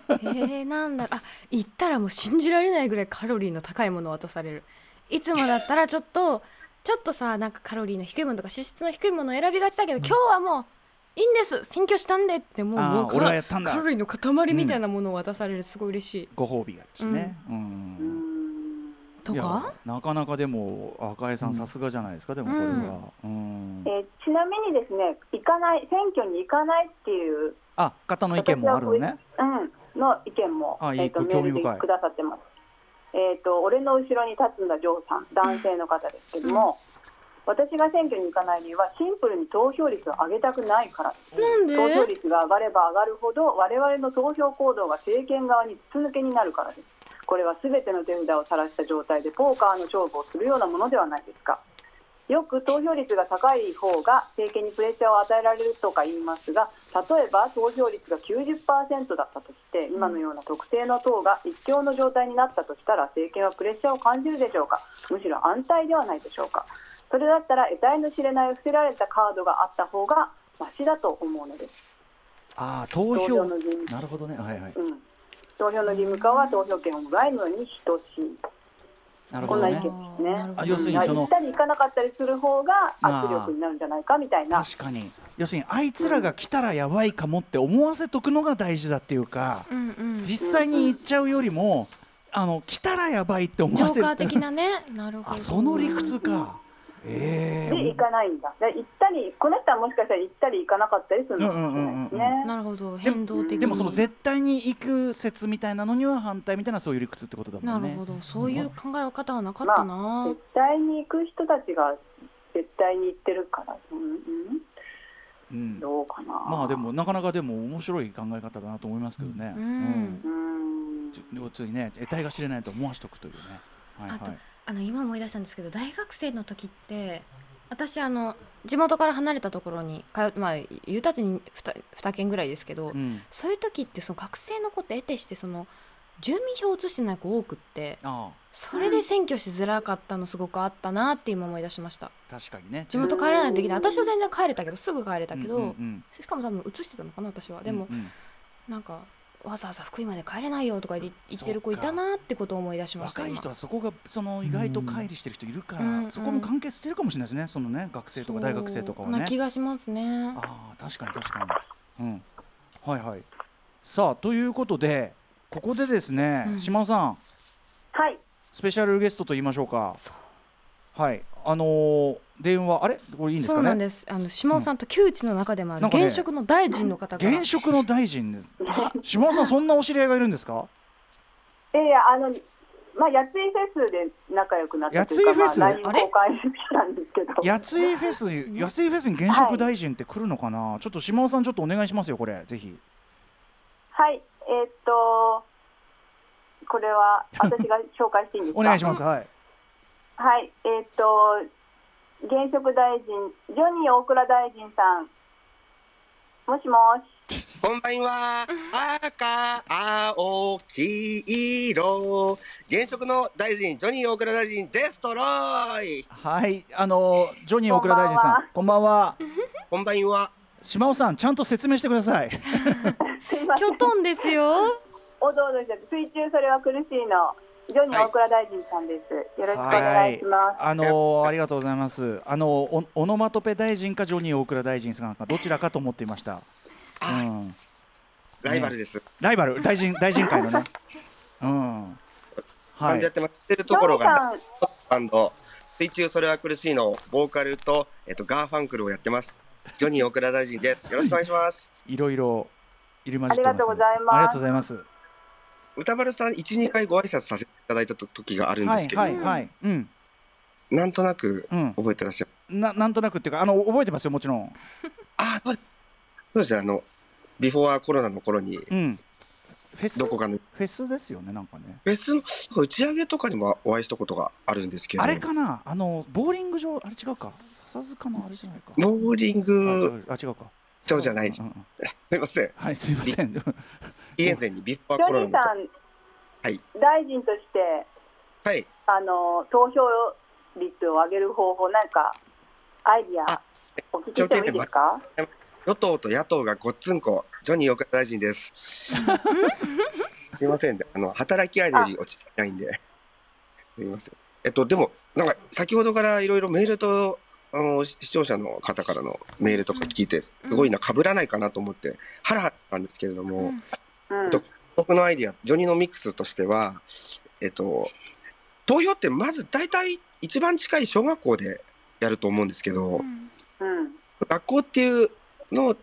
えー、なんだろうあ行ったらもう信じられないぐらいカロリーの高いものを渡されるいつもだったらちょっとちょっとさなんかカロリーの低いものとか脂質の低いものを選びがちだけど今日はもういいんです選挙したんでってもうあーもうカ俺はやったんだカロリーの塊みたいなものを渡されるすごい嬉しい、ご褒美がですね、うんうーんといやかなかなかでも赤江さんさすがじゃないですかでもこれは、うんえーちなみにですね行かない選挙に行かないっていう、あ方の意見もあるのねうん、の意見もあいいえーとメ興ー味ル深いでくださってます。えー、と俺の後ろに立つんだジョーさん男性の方ですけども、私が選挙に行かない理由はシンプルに投票率を上げたくないからですなん投票で率が上がれば上がるほど我々の投票行動が政権側に筒抜けになるからですこれは全ての手札を晒した状態でポーカーの勝負をするようなものではないですかよく投票率が高い方が政権にプレッシャーを与えられるとか言いますが例えば投票率が90%だったとして今のような特定の党が一強の状態になったとしたら政権はプレッシャーを感じるでしょうかむしろ安泰ではないでしょうかそれだったら得体の知れない伏せられたカードがあった方がマシだと思うのですああ投投票票の義務なるほどねはいはいうん、投票の義務化は投票権を奪えるのに等しいなるこほんどなね意見ですねなるほどあ要するにうんその行ったり行かなかったりする方が圧力になるんじゃないかみたいな確かに要するにあいつらが来たらやばいかもって思わせとくのが大事だっていうかうんうんジ実際に行っちゃうよりもあの来たらやばいって思ョわせーるカー的なね なるほあどその理屈かえで行かないんだで行ったりこの人はもしかしたら行ったり行かなかったりするのかもしれないですね、うんなるほど変動的えにでもその絶対に行く説みたいなのには反対みたいなそういう理屈ってことだもなんねるほどそういう考え方はなかったな、絶対に行く人たちが絶対に行ってるから、うんうんうん、どうかなまあでもなかなかでも面白い考え方だなと思いますけどねうんうーんちょ要するにね得体が知れないと思わしとくというねはいはあといあの今思い出したんですけど大学生の時って私あの地元から離れたところに通まあ言うたって 2, 2軒ぐらいですけど、うんそういう時ってその学生の子って得てしてその住民票を移してない子多くってあそれで選挙しづらかったのすごくあったなって今思い出しましたあ確かにね地元帰らないといけない私は全然帰れたけどすぐ帰れたけど、うんうんうんしかも多分移してたのかな私はでも、うんうんなんかわざわざ福井まで帰れないよとか言って言ってる子いたなってことを思い出しました若い人今はそこがその意外と乖離してる人いるから、うんそこも関係してるかもしれないですねそのね学生とか大学生とかはそうねな気がしますねああ確かに確かにうんはいはいさあということでここでですね、うん島尾さんはいスペシャルゲストと言いましょうかそうはいあのー電話あれこれいいんですそうかなんねですあの島尾さんと旧知の中でもあるなんかね現職の大臣の方から、現職の大臣で島尾さんそんなお知り合いがいるんですかいやいやあのまあ、やついフェスで仲良くなったというか、まやついフェあ、ス LINE あれ交換してきたんですけど、安いフェスに安いフェスに現職大臣って来るのかな、ちょっと島尾さんちょっとお願いしますよこれぜひはい、えーっと、これ は私が紹介していいんですかお願いしますはいはい、えーっと、現職大臣、ジョニー大倉大臣さん、もしもし、こんばんは。赤、青、黄色。現職の大臣、ジョニー大倉大臣、デストロイ。はい、あのジョニー大倉大臣さん、こんばんは。こんばんは。島尾さん、ちゃんと説明してください。すいませんキョ、トンですよおどおどしちゃって、水中それは苦しいの、ジョニー大倉大臣さんです。よろしくお願いします。あのありがとうございます。あのおオノマトペ大臣かジョニー大倉大臣さんかどちらかと思っていました。うん、ライバルです。ライバル大臣大臣会のね。うん。は感いじや。ってます。知ってるジとョこニろーさが、ん、バンド。水中それは苦しいの、ボーカルと、えっと、ガーファンクルをやってます。ジョニー大倉大臣です。よろしくお願いします。いろいろ入り混じってありがとうございますありがとうございます。歌丸さん、1、2回ご挨拶させていただいた時があるんではすいけど、はいはい。うんなんとなくうん。覚えてらっしゃる。ななんとなくっていうかあの覚えてますよもちろん。ああ、そうですそうですね。あの、ビフォーコロナの頃に、うん。フェスどこかのフェスですよねなんかね。フェスの打ち上げとかにもお会いしたことがあるんですけど、あれかな、あのボーリング場、あれ違うか、笹塚のあれじゃないか。ボーリング、あ違うあ違うか。そうじゃないんんすみません、はい、すいません。以前にビフォジーコョロニーナのさ頃、ん、はい大臣としてはい、あの投票率を上げる方法なんかアイディアあお聞きしてもいいですか？与党と野党がごっつんこ、ジョニー岡大臣です。すみませんね、あの働きありより落ち着きないんで、すみません。えっと、でも、なんか先ほどからいろいろメールと、あの視視聴者の方からのメールとか聞いて、すごいな、被らないかなと思って、ハラハラしたんですけれども、うんうん、と僕のアイディア、ジョニーのミックスとしては、えっと、投票ってまず大体一番近い小学校でやると思うんですけど、うんうん、学校っていうのを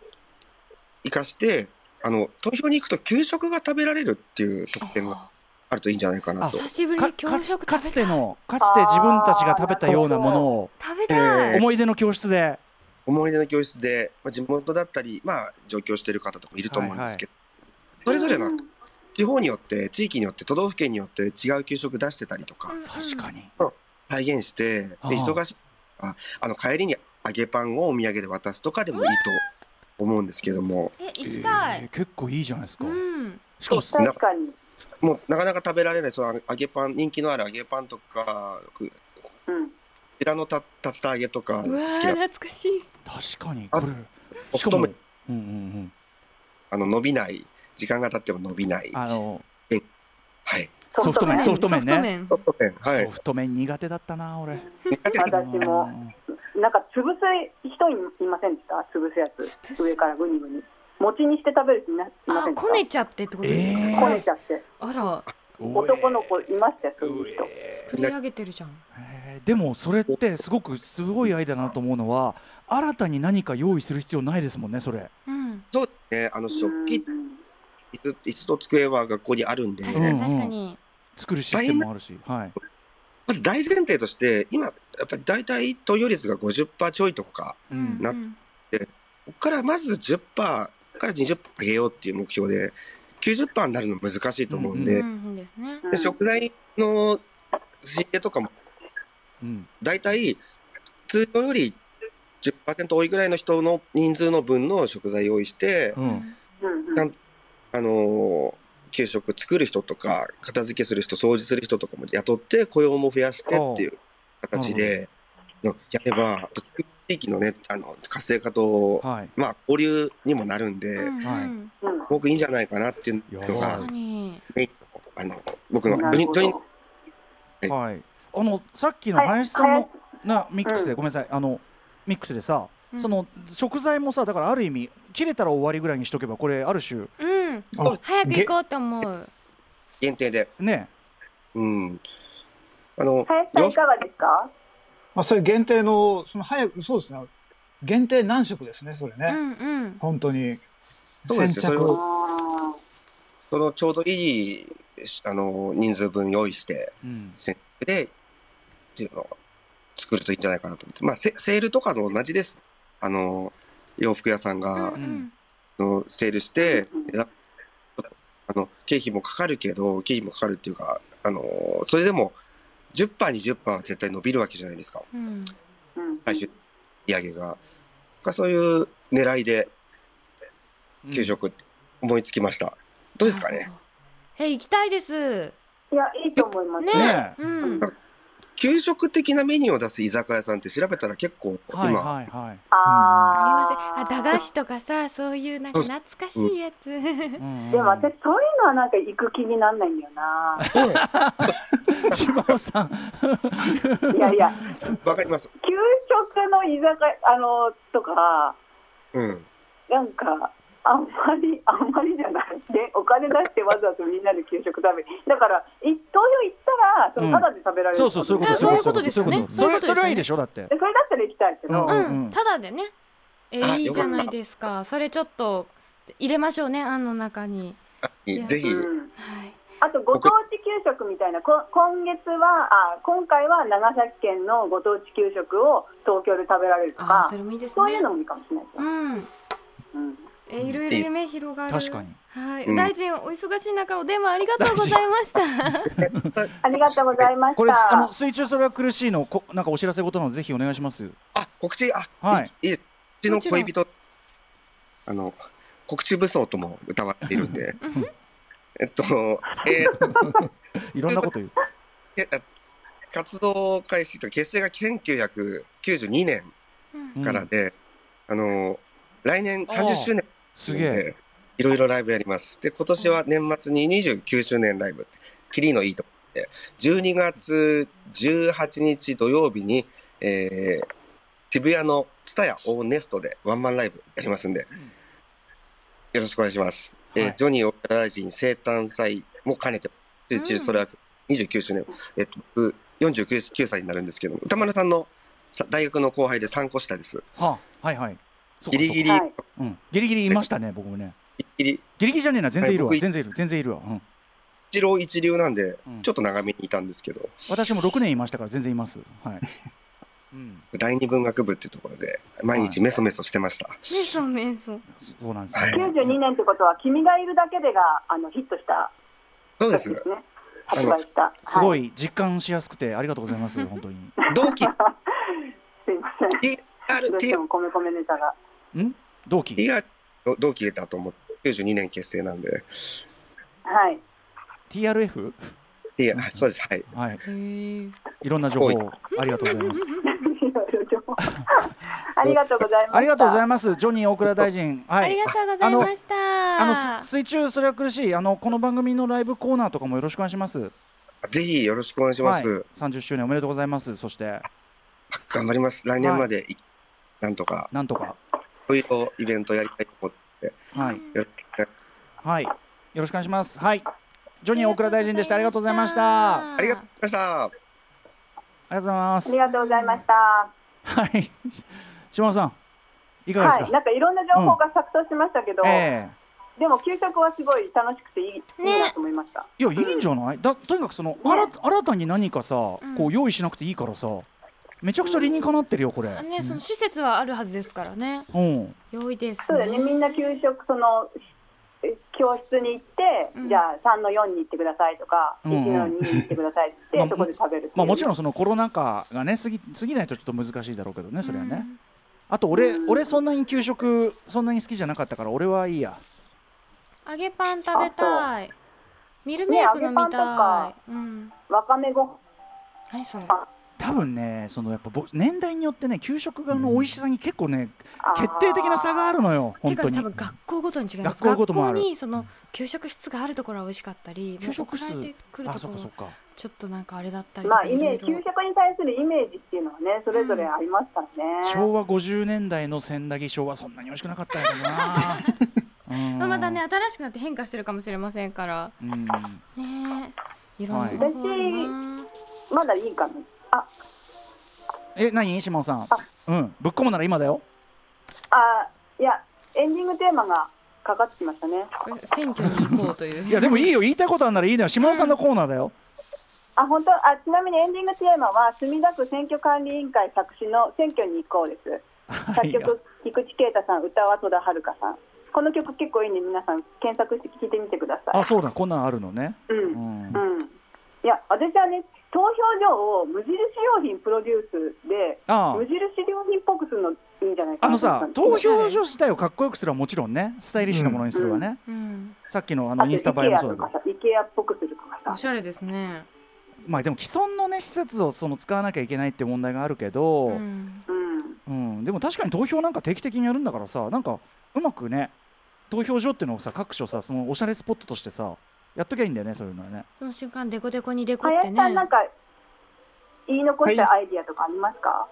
生かして、あの、投票に行くと給食が食べられるっていう特典があるといいんじゃないかなと。久しぶりかに教かつ食か食つべてたいの、かつて自分たちが食べたようなものを、食べたい、えー思い出の教室で。思い出の教室で、まあ、地元だったり、まあ、上京してる方とかもいると思うんですけど、それぞれうのん地方によって、地域によって、都道府県によって違う給食出してたりとか、うんうん確かに。再現して、でああ忙しいあの帰りに揚げパンをお土産で渡すとかでもいいと思うんですけども、え、行きたい。えー結構いいじゃないですか。うん。しかもな確かに、もうなかなか食べられないその揚げパン人気のある揚げパンとかくうん、平野た竜田揚げとか好きうわー懐なかしい。確かにあこれ。おしかも太めうんうんうん。あの伸びない時間が経っても伸びないあのはいソフト麺ソフト麺ソフトね。ソフト麺はソいフト麺苦手だったな俺。苦手私もなんか潰す人いませんでした潰すや潰つす上からグニグニ餅にして食べる人いないまあせん、でしこねちゃってってことですか。えたーこねちゃってあら、うん男の子いましたよそういう人作り上げてるじゃん。えーでもそれってすごくすごいアイデアだなと思うのは新たに何か用意する必要ないですもんねそれ。うん。そうですねあの食器うん椅子椅子と机は学校にあるんで確うかんに確かに。作るシステムもあるし。はい。まず大前提として今やっぱり大体投票率が50%ちょいとかううんん。なうんここからまず10%から20%上げようっていう目標で90%になるの難しいと思うんで,うで、うんですね。うん食材の仕入れとかもうん。大体通常より10%多いぐらいの人の人数の分の食材用意して、うん。うんうんなんあのー給食作る人とか片付けする人掃除する人とかも雇って雇用も増やしてっていう形でのやれば地域のねあの活性化と、はい。まあ、交流にもなるんで、うんはうんうんすごくいいんじゃないかなっていうのやが確かに。あの僕のなジるョニほジョニどいはい。あのさっきのはい林さんの林なミックスで、うごめんなさいあのミックスでさ、うんその食材もさだからある意味切れたら終わりぐらいにしとけばこれある種うん。あ早く行こうって思う。限定で、ねうん、あの林さんいかがですかまあ、それ限定の、その早く、そうですね。限定何食ですね、それね。うんうん。本当に。そうで先すよそあ着。れそのちょうどいいあの人数分用意してうんセでっていうのを作るといいんじゃないかなと思って、まあ、セセールとかと同じですあの洋服屋さんが、ううんんうんあのセールしてうん値段あの経費もかかるけど経費もかかるっていうかあのそれでも 10%20% は絶対伸びるわけじゃないですかうん。ーうん最終利上げが。がそういう狙いで給食って思いつきました。どうですかねえ、行きたいです。いやいいと思いますねねえ。えうん。給食的なメニューを出す居酒屋さんって調べたら結構今、はいはいはあいりません。あーあ、駄菓子とかさ、そういうなんか懐かしいやつ。うんうんでも私そういうのはなんか行く気になんないんだよ な島尾さんいやいやわかります。給食の居酒屋あのとかうん。なんか、あんまり、 あんまりじゃない。で、お金出してわざわざみんなで給食食べにだから、一等用行ったら、そうんのただで食べられる、そうそうそういうことあそういうことでですすそうよいうねことそそうれいうことですそよねれはいいでしょだってでそれだったら行きたいけうど、うんん、うんただでね。えあいいじゃないですか。それちょっと入れましょうね、あんの中に。いやぜひ、うんはい。あと、ご当地給食みたいな、こ今月は、あ、今回は長崎県のご当地給食を東京で食べられるとあかー、そ、れもいいですね。そういうのもいいかもしれないですよ。うん。うんえいろいろ夢広がる。確かに。はい、うん大臣お忙しい中お電話ありがとうございました。 ありがとうございました。これあの水中それは苦しいのこなんかお知らせ事なのでぜひお願いしますあ、告知、あ、はいい、いいうちの恋人、あの、告知武装とも歌われているんで、 えっと、えーいろんなこと言うけあ活動開始と結成が1992年うんうんからで、あの、来年あー30周年すげえで、いろいろライブやります。で、今年は年末に29周年ライブ、キリのいいとこで、12月18日土曜日に、えー渋谷のツタヤオーネストでワンマンライブやりますんで、よろしくお願いします。えはーいジョニー・オペラ大臣生誕祭も兼ねて、集中それは29周年、えっと、僕49歳になるんですけども、歌丸さんのさ大学の後輩で3個下です。はあはいはいそうかギリギリ、はいうんギリギリいましたね僕もねギリギリ、ギリギリじゃねえな全然いるわはい僕い全然いる全然いるわうん一郎一流なんで、うんちょっと長めにいたんですけど、私も6年いましたから全然います。はい。うん、第二文学部っていうところで毎日メソメソしてました、メソメソ。そうなんです、ね。 92年ってことは、君がいるだけでが、あの、ヒットしたそうで年ですすね。そうです発売した。すごい。 い実感しやすくてありがとうございます本当に。同期すいません。 どうして TR、も米米ネタが。ん同期 TR の同期だと思って、92年結成なんで、 はい。 TRF? TR、そうです、はい。はへいえ。いろんな情報をありがとうございますいろいろ情報ありがとうございました。ありがとうございまますジョニー大倉大臣はあいりがとうございましあのたす。水中それは苦しいあのこの番組のライブコーナーとかもよろしくお願いしますぜひよろしくお願いします。はい、30周年おめでとうございますそして頑張ります。来年までい、なんとか、なんとかこういうイベントやりたいと思って、はいよろしくお願いしますはいよろしくお願いしますはいジョニー大倉大臣でしたありがとうございましたあありがとうございました。りがとうございますありがとうございました。はい 島田さんいかがですはか、い、なんかいろんな情報が錯綜しましたけど、えでも給食はすごい楽しくていい,、ねいいなと思いました。えいやいいんじゃないだとにかくその、あら新たに何かさ、んこう用意しなくていいからさめちゃくちゃ理にかなってるよこれ、ね、その施設はあるはずですからね。うん良いですね。そうだよね、みんな給食そのえ教室に行って、うんじゃあ3の4に行ってくださいとか、う1んうんの2に行ってくださいって言っ まて、あそこで食べるっていうまあもちろんそのコロナ禍がね過ぎ過ぎないとちょっと難しいだろうけどねそれはね、うんあと俺、うん俺そんなに給食そんなに好きじゃなかったから俺はいいや揚げパン食べたい。ミルメイク飲みね揚げたパンい。うん。わかめご飯何それ。多分ねそのやっぱぼ年代によってね給食側の美味しさに結構ね、あー決定的な差があるのよて本かね当に多分学校ごとに違います。学校ごともある学校にその給食室があるところは美味しかったり、給食室もう送られてくるあとそこっかそっろかちょっとなんかあれだったりとまかあイいメろーいジろ給。食に対するイメージっていうのはねそれぞれありますからね、昭和50年代の千駄木賞はそんなに美味しくなかったよな、う んまあまだね、新しくなって変化してるかもしれませんから。うんねえ。いろんなはい方法あるな。まだいいかなえ何島尾さんうんぶっ込むなら今だよあいやエンディングテーマがかかってきましたね選挙に行こうという。いやでもいいよ言いたいことあんならいいのよ島尾さんのコーナーだよ、あ本当あちなみにエンディングテーマは墨田区選挙管理委員会作詞の「選挙に行こう」ですはい作曲菊池啓太さん歌は戸田遥さんこの曲結構いいんで皆さん検索して聴いてみてくださあいそうだこんなんあるのね、ううんんうんいや私はね投票所を無印良品プロデュースでああ無印良品っぽくするのいいんじゃないかあなのさと投思ったんです票所自体をかっこよくするはもちろんねスタイリッシュなものにするわね、うん。さっきのああのとインスタ映えもそうだけど IKEA とかさ IKEA っぽくするとかさおしゃれですね。まあでも既存のね施設をその使わなきゃいけないって問題があるけど、ううんん。うんでも確かに投票なんか定期的にやるんだからさなんかうまくね投票所っていうのをさ各所さそのおしゃれスポットとしてさやっときゃいいんだよねそういうのはねその瞬間デコデコにデコって林ね。さんなんか言い残したアイディアとかありますか、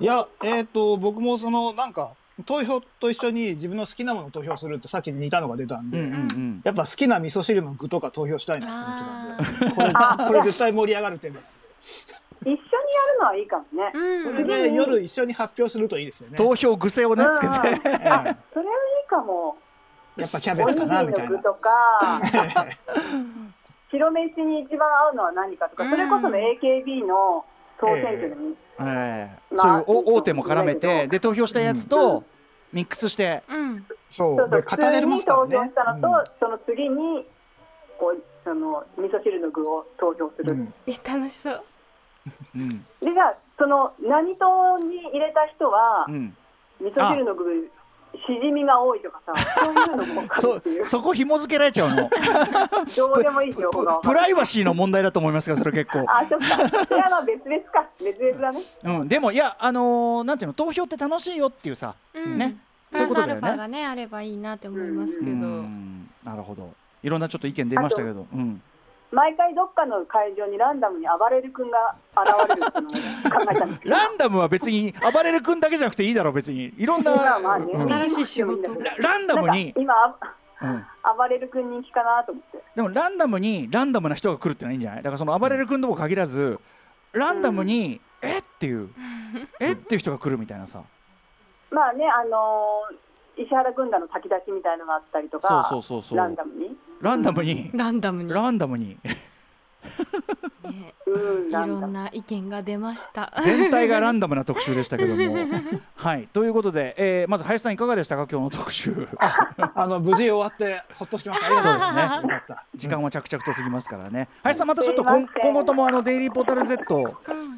いや、えっ、と、僕もその、なんか、投票と一緒に自分の好きなものを投票するってさっき似たのが出たんうで、んうんうんやっぱ好きな味噌汁の具とか投票したいなあと思ってたんで、これ、これ絶対盛り上がるテーマ。一緒にやるのはいいかもあ。。ねうん。それで夜一緒に発表するといいですよね。投票癖をねつけうんてうんええそれはいいかも。やっぱキャおベにぎツかりなのみたい具な。とか、 白飯に一番合うのは何かとか、それこその AKB の総選挙でもいい。ええまあそういうお大手も絡めいいてけどで投票したやつとミックスしてうん。そ。そううそで、う語普れ通るもんにですか投らね票したのと、うんその次にこうその味噌汁の具を投票する。うんえ楽しそう。うんでじゃあその何党に入れた人は、 うん味噌汁の具しじみが多いとかさ、そういうのも書くそっていう。そこ紐付けられちゃ うのどうでもいいですよ。このププライバシーの問題だと思いますがそれ結構あ、そっか。それはまあ別々か。別々だね。うん、でもいやあのーなんていうの投票って楽しいよっていうさ、うんねプそういラスアうことだよルねファがねあればいいなって思いますけうど。んなるほどいろんなちょっと意見出ましたけど、うん、毎回どっかの会場にランダムに暴れる君が現れるっていうのを考えたんですけど。ランダムは別に暴れる君だけじゃなくていいだろう別にいろんな、まあまあねうんラ新しい仕事。ランダムに、今うん、あ暴れる君人気かなと思って。でもランダムにランダムな人が来るってのはいいんじゃないだからその暴れる君とも限らずランダムに、えっていうえっていう人が来るみたいなさまあね、あのー石原軍団の炊き出しみたいなのがあったり とそうか、そうそうそうランダムに。ランダムにランダムに。ランダムにねうん、いろなんんだ。な意見が出ました。全体がランダムな特集でしたけど も。はい、ということで、えーまず林さんいかがでしたか今日の特集。 あの、無事終わって、ほっとしました。ありがとうございます。そうですねよかった。時間は着々と過ぎますからね。林さんまたちょっとすい今ません今後ともあのデイリーポータル Z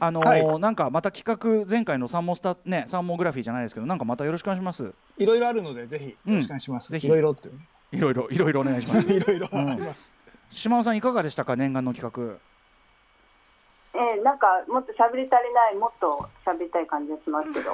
あのーはなんかまた企画前回のサンモスタねサンモグラフィーじゃないですけどなんかまたよろしくお願いします。いろいろあるので、ぜひ、よろしくお願いします。うんぜひいろいろって。いろいろいろいろお願いします。いろいろあります。島尾さんいかがでしたか念願の企えー、なんかもっと喋り足りない、もっと喋りたい感じがします けど。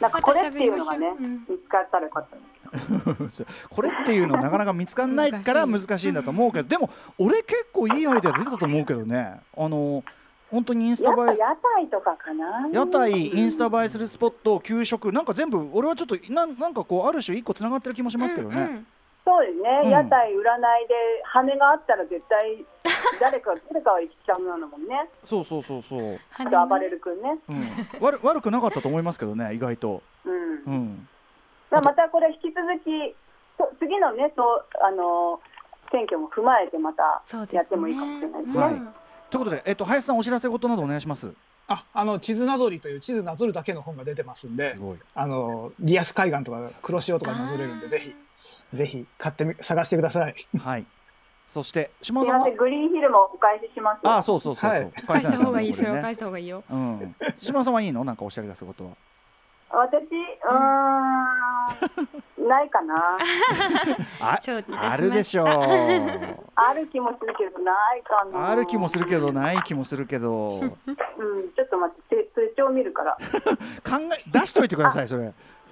なんかこれっていうのがねまた喋りましょううん、見つかったらよかったんですけど。画。 これっていうのなかなか見つかんないから難難しいんだと思うけどでも俺結構いいアイデア出たと思うけどねあのー本当にインスやタっぱ映え屋台とかかな。屋台インスタ映えするスポット給食なんか全部俺はちょっとなんなんかこうある種一個つながってる気もしますけどね、うんうんそうですね、うん屋台占いで羽があったら絶 対誰か誰かは行きちゃうようなもんね。そうそうそうそう、羽あねと暴れる君ね。うん、悪悪くなかったと思いますけどね意外と、うん。うん、まあまたこれ引き続きと次のねとあの選挙も踏まえてまたそうですね。やってもいいかもしれないですね。はいということで、えっと、林さんお知らせ事などお願いしますあ、あの、地図なぞりという地図なぞるだけの本が出てますんで、ごいあの、リアス海岸とか黒潮とかなぞれるんで、ぜひ、ぜひ買ってみ、探してください。はいそして島尾すみさんまはせん、グリーンヒルもお返しします。ああそうそうそうそう、はい返した方がいい。返それさはない返した方がいいよ。とねうん、島尾さんはいいのなんかお知らせ事は私、うーん、ないかな。あ承知いたしましたあるでし ょうある気もするけど、ないかな。ある気もするけどない気もするけど考うん、ちょっと待って、手手帳見るから。え出しといてくださいそれ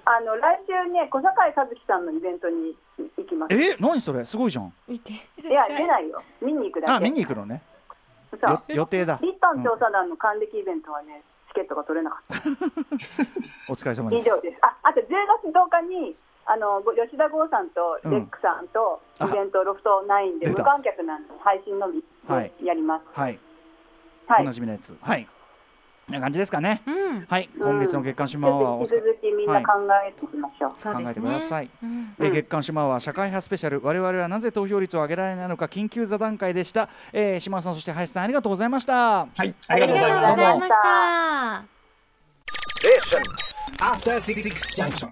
あの、来週ね、小坂井和樹さんのイベントに行きます。え何それすごいじゃん見て。いや、出ないよ。見に行くだけ。あ見に行くのねさよ予定だリッタン調査団の還暦イベントはね、チケットが取れなかった。お疲れ様以です上です。あ、あと10月10日に、あの、ご吉田剛さんとレックさんと、うんイベントロフト9で出無た観客なんで、配信のみはいやります。はいはおい。なじみのやつはいこんな感じですかねうん。はいうん今月の月刊ち島はょおっ疲とれ引き続きみんな考えていきましょう。そうですね。考えてくださいうん。えー月刊島は社会派スペシャル我々はなぜ投票率を上げられないのか緊急座談会でした、えー、島尾さんそして林さんありがとうございましたはい、あありがりがとうとございうまごすざいました。 After Six Junction.